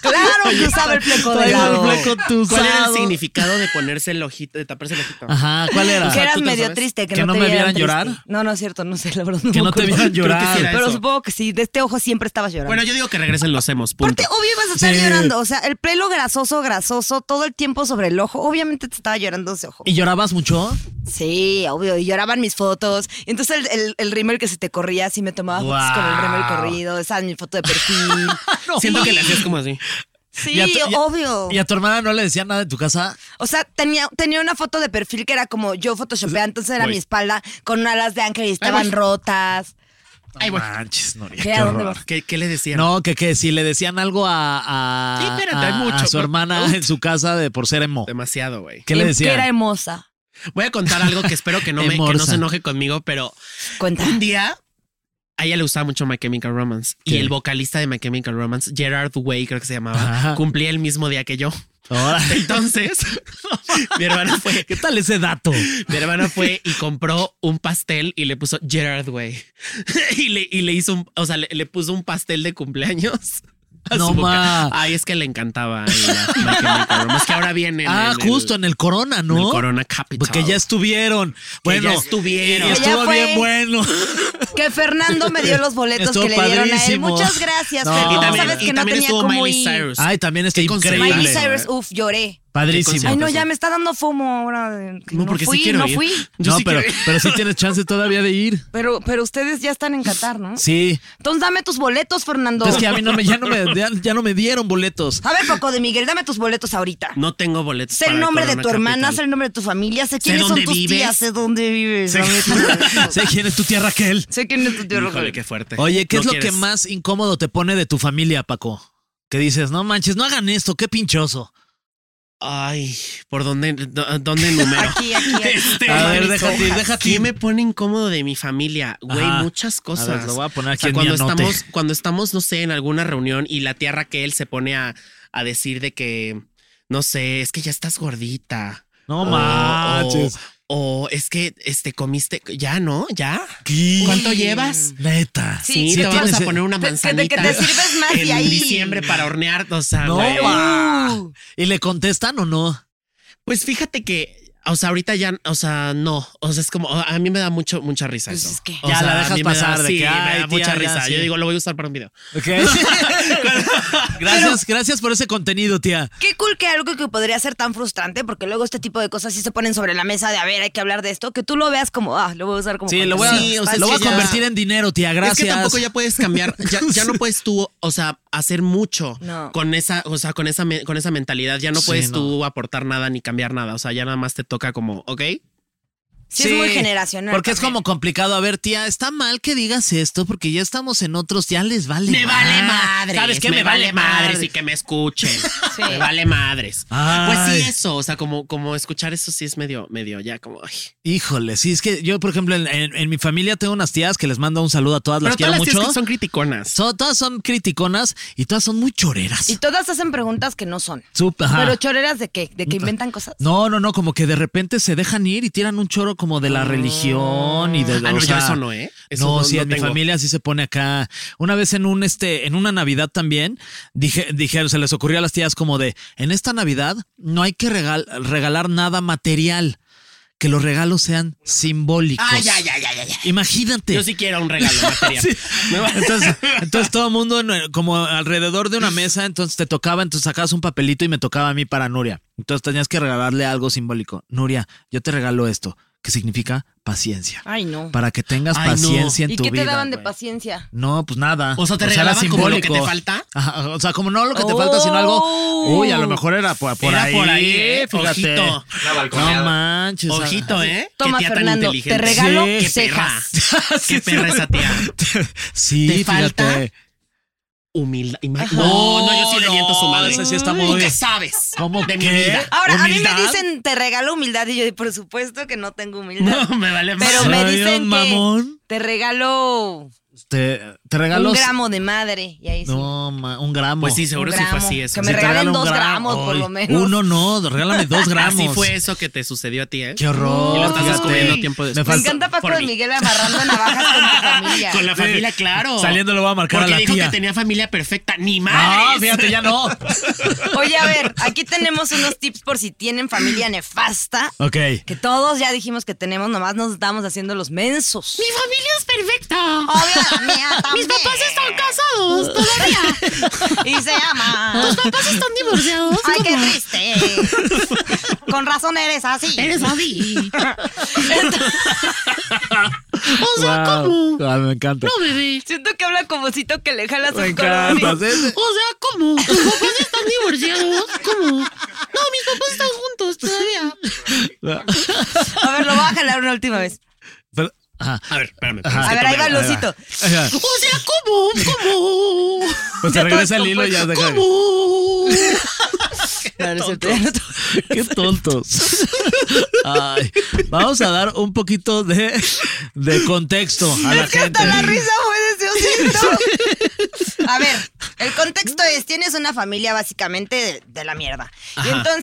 Speaker 2: Claro que usaba el fleco de
Speaker 3: Traigo el
Speaker 2: lado.
Speaker 3: fleco tusado.
Speaker 4: ¿Cuál era el
Speaker 3: Usado.
Speaker 4: significado de ponerse el ojito, de taparse el ojito?
Speaker 3: Ajá, ¿cuál era?
Speaker 2: Que eras
Speaker 4: ¿Tú te
Speaker 2: medio
Speaker 4: sabes?
Speaker 2: triste, que,
Speaker 3: ¿Que no
Speaker 2: te
Speaker 3: me
Speaker 2: vieran
Speaker 3: vieran llorar?
Speaker 2: triste. No, no es cierto, no sé, la verdad.
Speaker 3: Que
Speaker 2: me
Speaker 3: no te
Speaker 2: acuerdo.
Speaker 3: vieran llorar.
Speaker 4: Creo que sí era
Speaker 2: Pero
Speaker 4: eso.
Speaker 2: supongo que sí, de este ojo siempre estabas llorando.
Speaker 4: Bueno, yo digo que regresen los hemos, punto.
Speaker 2: Aparte, obvio ibas a estar
Speaker 3: Sí.
Speaker 2: llorando. O sea, el pelo grasoso, grasoso, todo el tiempo sobre el ojo. Obviamente te estaba llorando ese ojo.
Speaker 3: ¿Y llorabas mucho?
Speaker 2: Sí, obvio. Y lloraban mis fotos. Y entonces el, el, el rímel que se te corría, sí me tomaba fotos
Speaker 3: Guau.
Speaker 2: con el rímel corrido. Esa es mi foto de perfil.
Speaker 4: Siento que le hacías como así.
Speaker 2: Sí,
Speaker 3: ¿Y a tu- y a-
Speaker 2: obvio.
Speaker 3: ¿Y a tu hermana no le decía nada en tu casa?
Speaker 2: O sea, tenía, tenía una foto de perfil que era como yo photoshopeada, entonces era
Speaker 4: Voy.
Speaker 2: mi espalda con alas de ángel y estaban
Speaker 4: voy.
Speaker 2: rotas.
Speaker 4: Ay,
Speaker 3: No
Speaker 4: bueno.
Speaker 3: manches, Noria,
Speaker 2: ¿Qué?
Speaker 3: qué
Speaker 2: ¿A dónde
Speaker 3: horror.
Speaker 2: vas?
Speaker 4: ¿Qué, qué le decían?
Speaker 3: No, que, que si le decían algo a, a,
Speaker 4: Sí, espérate, hay
Speaker 3: a-
Speaker 4: mucho.
Speaker 3: a su hermana en su casa de por ser emo.
Speaker 4: Demasiado, güey.
Speaker 3: ¿Qué le
Speaker 2: Eh, Que era
Speaker 3: decían?
Speaker 2: hermosa.
Speaker 4: Voy a contar algo que espero que no, me, que no
Speaker 3: Emorza.
Speaker 4: se enoje conmigo, pero
Speaker 2: Cuenta.
Speaker 4: un día a ella le gustaba mucho My Chemical Romance y
Speaker 3: ¿Qué?
Speaker 4: el vocalista de My Chemical Romance, Gerard Way, creo que se llamaba,
Speaker 3: Ajá.
Speaker 4: cumplía el mismo día que yo.
Speaker 3: Ahora,
Speaker 4: Entonces, mi hermana fue.
Speaker 3: ¿Qué tal ese dato?
Speaker 4: Mi hermana fue y compró un pastel y le puso Gerard Way. y, le, y le hizo un, o sea, le, le puso un pastel de cumpleaños. a
Speaker 3: No
Speaker 4: su boca.
Speaker 3: ma.
Speaker 4: Ay, es que le encantaba. a ella My Chemical Romance, que ahora viene.
Speaker 3: Ah,
Speaker 4: en el-
Speaker 3: justo en el Corona,
Speaker 4: en el
Speaker 3: ¿no?
Speaker 4: Corona Capital.
Speaker 3: Porque ya estuvieron. Bueno,
Speaker 4: ya estuvieron.
Speaker 3: y
Speaker 2: Que ya
Speaker 3: Estuvo
Speaker 2: fue.
Speaker 3: bien bueno.
Speaker 2: Que Fernando me dio los boletos
Speaker 3: Estuvo
Speaker 2: que le dieron a él.
Speaker 3: padrísimo.
Speaker 2: Muchas gracias,
Speaker 3: No.
Speaker 2: Fernando.
Speaker 4: Y también,
Speaker 2: Sabes
Speaker 4: y
Speaker 2: que no
Speaker 4: también
Speaker 2: tenía
Speaker 4: estuvo
Speaker 2: como
Speaker 4: Miley Cyrus.
Speaker 3: Ay, también está
Speaker 4: Pues, Qué concepto.
Speaker 3: increíble.
Speaker 2: Miley
Speaker 4: Increíble.
Speaker 2: Cyrus, uf, lloré.
Speaker 3: Padrísimo.
Speaker 2: Ay, no,
Speaker 4: Entonces-
Speaker 2: ya me está dando fomo ahora. de que
Speaker 4: No,
Speaker 2: No,
Speaker 4: porque sí
Speaker 2: fui,
Speaker 4: quiero
Speaker 2: no
Speaker 4: ir.
Speaker 2: fui.
Speaker 4: Yo
Speaker 3: no,
Speaker 4: sí
Speaker 3: pero,
Speaker 4: quiero ir.
Speaker 3: pero sí tienes chance todavía de ir.
Speaker 2: Pero, pero ustedes ya están en Qatar, ¿no?
Speaker 3: Sí.
Speaker 2: Entonces dame tus boletos, Fernando.
Speaker 3: Es que a mí no me, ya, no me, ya, ya no me dieron boletos.
Speaker 2: A ver, Paco de Miguel, dame tus boletos ahorita.
Speaker 4: No tengo boletos.
Speaker 2: Sé el
Speaker 4: para
Speaker 2: nombre de
Speaker 4: Corona
Speaker 2: tu hermana, sé
Speaker 4: Capital.
Speaker 2: el nombre de tu familia, sé quiénes
Speaker 4: dónde
Speaker 2: son tus
Speaker 4: vives.
Speaker 2: tías, sé dónde vives. dame tus boletos.
Speaker 3: sé quién es tu tía Raquel.
Speaker 2: Sé quién es tu tío Rafael.
Speaker 4: Híjole, qué fuerte.
Speaker 3: Oye, ¿qué
Speaker 4: No
Speaker 3: es lo
Speaker 4: quieres.
Speaker 3: que más incómodo te pone de tu familia, Paco? Que dices, no manches, no hagan esto, qué pinchoso.
Speaker 4: Ay, ¿por dónde, dó- dónde enumero?
Speaker 2: Aquí, aquí, aquí.
Speaker 4: Este,
Speaker 3: A ver,
Speaker 4: mis
Speaker 3: déjate,
Speaker 4: hojas.
Speaker 3: déjate.
Speaker 4: ¿Qué me pone incómodo de mi familia? Güey,
Speaker 3: Ajá.
Speaker 4: muchas cosas.
Speaker 3: A ver, lo voy a poner
Speaker 4: O sea,
Speaker 3: aquí en mi
Speaker 4: cuando
Speaker 3: anote.
Speaker 4: estamos, cuando estamos, no sé, en alguna reunión y la tía Raquel se pone a, a decir de que, no sé, es que ya estás gordita.
Speaker 3: No
Speaker 4: O-
Speaker 3: manches.
Speaker 4: O, o es que este comiste, ya, ¿no? ¿Ya?
Speaker 3: ¿Qué?
Speaker 4: ¿Cuánto llevas?
Speaker 3: Neta.
Speaker 4: Sí, te
Speaker 3: tienes-
Speaker 4: vamos a poner una
Speaker 2: Te- que te-
Speaker 4: manzanita.
Speaker 2: que te sirves más
Speaker 4: en
Speaker 2: y ahí.
Speaker 4: diciembre para hornear, o sea,
Speaker 3: No,
Speaker 2: Ah.
Speaker 4: güey.
Speaker 3: ma. ¿Y le contestan o no?
Speaker 4: Pues fíjate que O sea, ahorita ya, o sea, no. O sea, es como, a mí me da mucho, mucha risa
Speaker 2: Pues
Speaker 4: eso.
Speaker 2: es que-
Speaker 4: O
Speaker 3: Ya
Speaker 4: sea,
Speaker 3: la
Speaker 4: a
Speaker 3: dejas
Speaker 4: mí me da-
Speaker 3: pasar de
Speaker 4: sí,
Speaker 3: que,
Speaker 4: me
Speaker 3: "Ay,
Speaker 4: da mucha
Speaker 3: tía, ya,
Speaker 4: risa.
Speaker 3: sí".
Speaker 4: Yo digo, lo voy a usar para un video.
Speaker 3: Ok. gracias, gracias por ese contenido, tía.
Speaker 2: Qué cool que algo que podría ser tan frustrante, porque luego este tipo de cosas sí se ponen sobre la mesa de, a ver, hay que hablar de esto, que tú lo veas como, ah, lo voy a usar como...
Speaker 3: Sí, lo voy a,
Speaker 2: contenido.
Speaker 4: Sí, o sea,
Speaker 3: lo
Speaker 4: es
Speaker 3: voy a
Speaker 4: que ya-
Speaker 3: convertir en dinero, tía. Gracias.
Speaker 4: Es que tampoco ya puedes cambiar, ya, ya no puedes tú, o sea, hacer mucho
Speaker 2: No.
Speaker 4: con esa, o sea, con esa, me- con esa mentalidad. Ya no
Speaker 3: Sí,
Speaker 4: puedes
Speaker 3: no.
Speaker 4: tú aportar nada ni cambiar nada. O sea, ya nada más te toca como, ok.
Speaker 2: Sí, es muy generacional.
Speaker 3: Porque es
Speaker 2: también.
Speaker 3: como complicado. A ver, tía, está mal que digas esto porque ya estamos en otros, ya les vale ¿Sabes qué?
Speaker 4: Ah, Me, vale madres y que me escuchen.
Speaker 2: Sí.
Speaker 4: Me vale madres.
Speaker 3: Ay.
Speaker 4: Pues sí, eso. O sea, como, como escuchar eso sí es medio, medio ya como. ay.
Speaker 3: Híjole, sí, es que yo, por ejemplo, en, en- en mi familia tengo unas tías que les mando un saludo a todas,
Speaker 4: Pero
Speaker 3: las quiero
Speaker 4: todas las tías
Speaker 3: mucho.
Speaker 4: que son criticonas.
Speaker 3: Son- todas son criticonas y todas son muy choreras.
Speaker 2: Y todas hacen preguntas que no son.
Speaker 3: Sup- ajá.
Speaker 2: Pero choreras de qué? De que inventan cosas.
Speaker 3: No, no, no, como que de repente se dejan ir y tiran un choro como de la religión y de
Speaker 4: Ah,
Speaker 3: o
Speaker 4: no, yo
Speaker 3: sea,
Speaker 4: eso no, ¿eh? Eso
Speaker 3: no,
Speaker 4: no-
Speaker 3: sí,
Speaker 4: no
Speaker 3: en mi
Speaker 4: tengo.
Speaker 3: familia sí se pone acá. Una vez en un este, en una Navidad también, dije, dijeron, se les ocurrió a las tías como de en esta Navidad no hay que regal- regalar nada material. Que los regalos sean simbólicos.
Speaker 4: Ay, ay, ay, ay, ay, ay.
Speaker 3: Imagínate.
Speaker 4: Yo sí quiero un regalo material. No,
Speaker 3: Entonces, entonces todo el mundo en- como alrededor de una mesa, entonces te tocaba, entonces sacabas un papelito y me tocaba a mí para Nuria. Entonces tenías que regalarle algo simbólico. Nuria, yo te regalo esto, que significa paciencia.
Speaker 2: Ay, no.
Speaker 3: Para que tengas
Speaker 4: Ay, no.
Speaker 3: paciencia en
Speaker 2: Ah. ¿Y
Speaker 3: tu
Speaker 2: qué
Speaker 3: vida.
Speaker 2: te daban de
Speaker 3: güey.
Speaker 2: paciencia?
Speaker 3: No, pues nada.
Speaker 4: O sea, ¿te
Speaker 3: era
Speaker 4: regalaban como lo que te
Speaker 3: simbólico.
Speaker 4: falta?
Speaker 3: Ajá, o sea, como no lo que te falta, sino algo.
Speaker 2: Oh.
Speaker 3: Uy, a lo mejor era por, por
Speaker 4: Era
Speaker 3: ahí.
Speaker 4: por ahí, ¿eh?
Speaker 3: fíjate.
Speaker 4: Ojito. Una balconeada.
Speaker 3: No manches.
Speaker 4: Ojito, ¿eh? Qué
Speaker 2: Toma,
Speaker 4: tía tan
Speaker 2: Fernando,
Speaker 4: inteligente.
Speaker 2: te regalo
Speaker 4: Qué
Speaker 2: cejas.
Speaker 4: perra. Qué perra esa tía.
Speaker 3: Sí,
Speaker 4: ¿Te
Speaker 3: fíjate.
Speaker 4: falta? Humildad. Ima-
Speaker 2: Ajá.
Speaker 4: No, no, yo sí le
Speaker 3: No,
Speaker 4: miento a su madre.
Speaker 3: esa sí está
Speaker 4: Tú
Speaker 3: muy-
Speaker 4: qué sabes
Speaker 3: ¿Cómo
Speaker 4: de mi
Speaker 3: qué?
Speaker 4: vida.
Speaker 2: Ahora, a
Speaker 3: ¿Humildad?
Speaker 2: mí me dicen, te regalo humildad, y yo, por supuesto que no tengo humildad.
Speaker 4: No, me vale más.
Speaker 2: Pero me
Speaker 3: Soy un
Speaker 2: dicen que
Speaker 3: mamón.
Speaker 2: te regalo
Speaker 3: Te, te regalo.
Speaker 2: un gramo de madre. Y ahí sí.
Speaker 3: No, ma- un gramo.
Speaker 4: Pues sí, seguro
Speaker 2: Un
Speaker 4: sí fue
Speaker 2: gramo.
Speaker 4: así eso.
Speaker 2: Que me
Speaker 3: te
Speaker 2: regalen
Speaker 3: regalo un
Speaker 2: dos
Speaker 3: gramo.
Speaker 2: gramos, por
Speaker 3: Ay,
Speaker 2: lo menos.
Speaker 3: Uno no, regálame dos gramos.
Speaker 4: Así fue eso que te sucedió a ti, ¿eh?
Speaker 3: Qué horror.
Speaker 4: Y lo estás
Speaker 3: fíjate.
Speaker 4: descubriendo tiempo después.
Speaker 2: Me
Speaker 3: faltó-
Speaker 2: encanta Paco
Speaker 4: Por
Speaker 2: de
Speaker 4: mí.
Speaker 2: Miguel amarrando navajas con tu familia.
Speaker 4: Con la
Speaker 3: Sí.
Speaker 4: familia, claro.
Speaker 3: Saliendo le voy a marcar a
Speaker 4: Porque
Speaker 3: la
Speaker 4: dijo
Speaker 3: tía.
Speaker 4: que tenía familia perfecta. ¡Ni
Speaker 3: No,
Speaker 4: madre!
Speaker 3: fíjate, ya no.
Speaker 2: Oye, a ver, aquí tenemos unos tips por si tienen familia nefasta.
Speaker 3: ok.
Speaker 2: Que todos ya dijimos que tenemos, nomás nos estamos haciendo los mensos.
Speaker 5: Mi familia es perfecta.
Speaker 2: Obvio, la mía
Speaker 5: Mis
Speaker 2: también.
Speaker 5: papás están casados todavía.
Speaker 2: Y se llama.
Speaker 5: Tus papás están divorciados.
Speaker 2: Ay, qué
Speaker 5: ¿Cómo?
Speaker 2: triste. Con razón eres así.
Speaker 5: Eres así. O sea,
Speaker 3: Wow.
Speaker 5: ¿cómo?
Speaker 3: Ah, me encanta.
Speaker 5: No, bebé.
Speaker 2: Siento que habla como cito que le jalas
Speaker 3: me
Speaker 2: el corazón.
Speaker 3: encanta. sí, sí.
Speaker 5: O sea, ¿cómo? ¿Tus papás están divorciados? ¿Cómo? No, mis papás están juntos todavía.
Speaker 2: A ver, lo voy a jalar una última vez.
Speaker 3: Pero- pues, ajá.
Speaker 4: A ver, espérame.
Speaker 3: Ajá.
Speaker 4: espérame.
Speaker 2: A ver, ahí va
Speaker 3: Ahí va.
Speaker 2: Lucito.
Speaker 3: Ajá.
Speaker 5: O sea, ¿cómo? ¿Cómo?
Speaker 3: Pues te
Speaker 2: Ya
Speaker 3: regresa
Speaker 2: todo
Speaker 3: el hilo y ya deja.
Speaker 5: ¿Cómo?
Speaker 2: No, no es cierto, ya no te-
Speaker 3: Qué tontos. Ay, vamos a dar un poquito de, de contexto a la
Speaker 2: Es que
Speaker 3: gente.
Speaker 2: hasta la risa fue de Diosito. A ver, el contexto es, tienes una familia básicamente de, de la mierda. Y entonces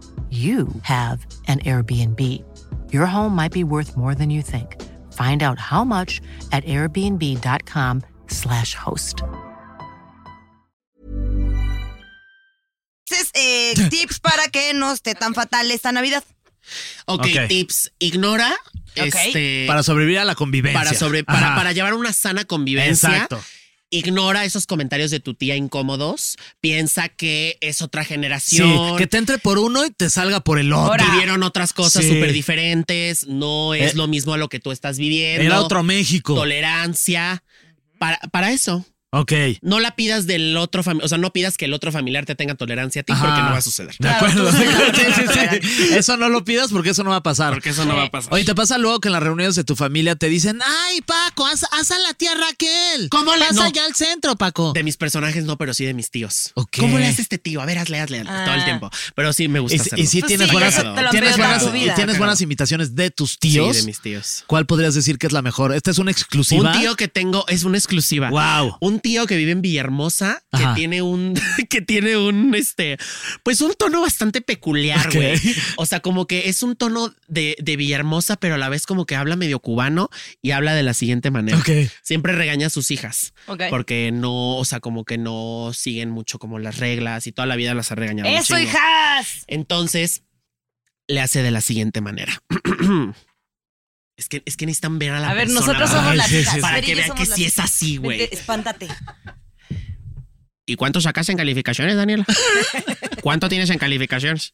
Speaker 6: you have an Airbnb. Your home might be worth more than you think. Find out how much at airbnb.com/slash host.
Speaker 2: eh, tips para que no esté tan fatal esta Navidad.
Speaker 3: Ok.
Speaker 4: ok, tips. Ignora.
Speaker 2: Ok.
Speaker 4: Este.
Speaker 3: Para sobrevivir a la convivencia.
Speaker 4: para sobre para,
Speaker 3: Ajá.
Speaker 4: para llevar una sana convivencia
Speaker 3: Exacto.
Speaker 4: Ignora esos comentarios de tu tía incómodos. Piensa que es otra
Speaker 3: Sí,
Speaker 4: generación.
Speaker 3: que te entre por uno y te salga por el otro.
Speaker 4: Ahora, vivieron otras cosas
Speaker 3: Sí.
Speaker 4: súper diferentes. No es
Speaker 3: Eh,
Speaker 4: lo mismo a lo que tú estás viviendo.
Speaker 3: Era otro México.
Speaker 4: Tolerancia. Para, para eso.
Speaker 3: Ok.
Speaker 4: No la pidas del otro familiar. O sea, no pidas que el otro familiar te tenga tolerancia a ti
Speaker 3: Ajá.
Speaker 4: porque no va a suceder.
Speaker 3: De acuerdo. Sí, sí, sí. Eso no lo pidas porque eso no va a pasar.
Speaker 4: Porque eso no va a pasar.
Speaker 3: Oye, te pasa luego que en las reuniones de tu familia te dicen, ay, Paco, haz, haz a la tía Raquel.
Speaker 4: ¿Cómo le-
Speaker 3: Haz
Speaker 4: no.
Speaker 3: allá al centro, Paco.
Speaker 4: De mis personajes no, pero sí de mis tíos.
Speaker 3: Ok.
Speaker 4: ¿Cómo le hace este tío? A ver, hazle, hazle, hazle, todo el
Speaker 2: Ah.
Speaker 4: tiempo. Pero sí me gusta
Speaker 3: Y, si-
Speaker 4: hacerlo.
Speaker 3: y sí
Speaker 2: Pues
Speaker 3: tienes
Speaker 2: sí,
Speaker 3: buenas,
Speaker 4: ya se-
Speaker 2: te lo
Speaker 3: tienes,
Speaker 2: han pedido
Speaker 3: buenas,
Speaker 2: toda tu vida.
Speaker 3: y tienes buenas imitaciones de tus tíos.
Speaker 4: Sí, de mis tíos.
Speaker 3: ¿Cuál podrías decir que es la mejor? Esta es una exclusiva.
Speaker 4: Un tío que tengo es una exclusiva.
Speaker 3: Wow.
Speaker 4: Un tío que vive en Villahermosa que
Speaker 3: Ajá.
Speaker 4: tiene un que tiene un este pues un tono bastante peculiar,
Speaker 3: Ok.
Speaker 4: güey. O sea, como que es un tono de, de Villahermosa, pero a la vez como que habla medio cubano y habla de la siguiente manera.
Speaker 3: Ok.
Speaker 4: Siempre regaña a sus hijas
Speaker 2: Ok.
Speaker 4: porque no, o sea, como que no siguen mucho como las reglas y toda la vida las ha regañado. un
Speaker 2: Eso,
Speaker 4: chingo.
Speaker 2: hijas.
Speaker 4: Entonces, le hace de la siguiente manera. es, que, es que necesitan ver a la
Speaker 2: A ver,
Speaker 4: persona,
Speaker 2: nosotros
Speaker 4: ¿verdad?
Speaker 2: somos
Speaker 3: Ay,
Speaker 2: las
Speaker 3: sí,
Speaker 2: hijas.
Speaker 3: sí, sí.
Speaker 4: Para
Speaker 2: Fer y
Speaker 4: que
Speaker 2: yo
Speaker 4: vean
Speaker 2: somos
Speaker 4: que
Speaker 2: las
Speaker 4: sí es
Speaker 2: hijas.
Speaker 4: así, güey.
Speaker 2: Vente, Espántate.
Speaker 4: ¿Y cuánto sacas en calificaciones, Daniela? ¿Cuánto tienes en calificaciones?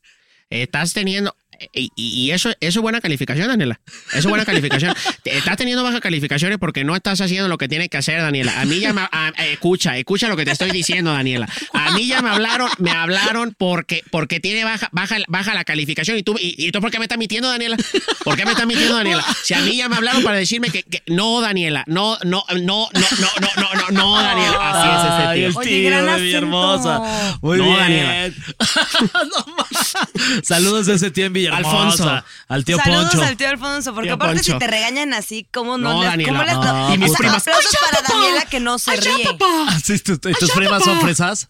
Speaker 4: Estás teniendo... Y, y- y eso, eso es buena calificación, Daniela. Eso es buena calificación. Te- Estás teniendo bajas calificaciones porque no estás haciendo lo que tienes que hacer, Daniela. A mí ya me... a- a- escucha, escucha lo que te estoy diciendo, Daniela. A mí ya me hablaron, me hablaron porque, porque tiene baja, baja, baja la calificación. ¿Y tú, y, y tú por qué me estás mintiendo, Daniela? ¿Por qué me estás mintiendo, Daniela? Si a mí ya me hablaron para decirme que, que- no, Daniela, no, no, no, no, no, no, no, no, no, Daniela. Así es este tío.
Speaker 3: Ay, el
Speaker 2: Oye,
Speaker 3: tío
Speaker 2: gran
Speaker 3: de mi
Speaker 2: acento.
Speaker 3: hermosa. Muy
Speaker 4: No,
Speaker 3: bien.
Speaker 4: Daniela.
Speaker 3: No mames. Saludos a ese tío en Villahermosa.
Speaker 4: Alfonso.
Speaker 3: Al tío
Speaker 2: Saludos
Speaker 3: Poncho.
Speaker 2: al tío Alfonso, porque
Speaker 4: Tío
Speaker 2: aparte
Speaker 4: Poncho.
Speaker 2: si te regañan así, ¿cómo no?
Speaker 4: No,
Speaker 2: les,
Speaker 4: Daniela,
Speaker 2: ¿cómo les
Speaker 3: no. Y
Speaker 4: mis
Speaker 2: O sea,
Speaker 4: primas,
Speaker 2: aplausos
Speaker 4: ¡Ay, ya,
Speaker 2: para
Speaker 4: papá!
Speaker 2: Daniela que no se
Speaker 4: ¡Ay, ya,
Speaker 2: ríe.
Speaker 4: papá!
Speaker 3: Ah, sí, tu- ¿Tus primas son fresas?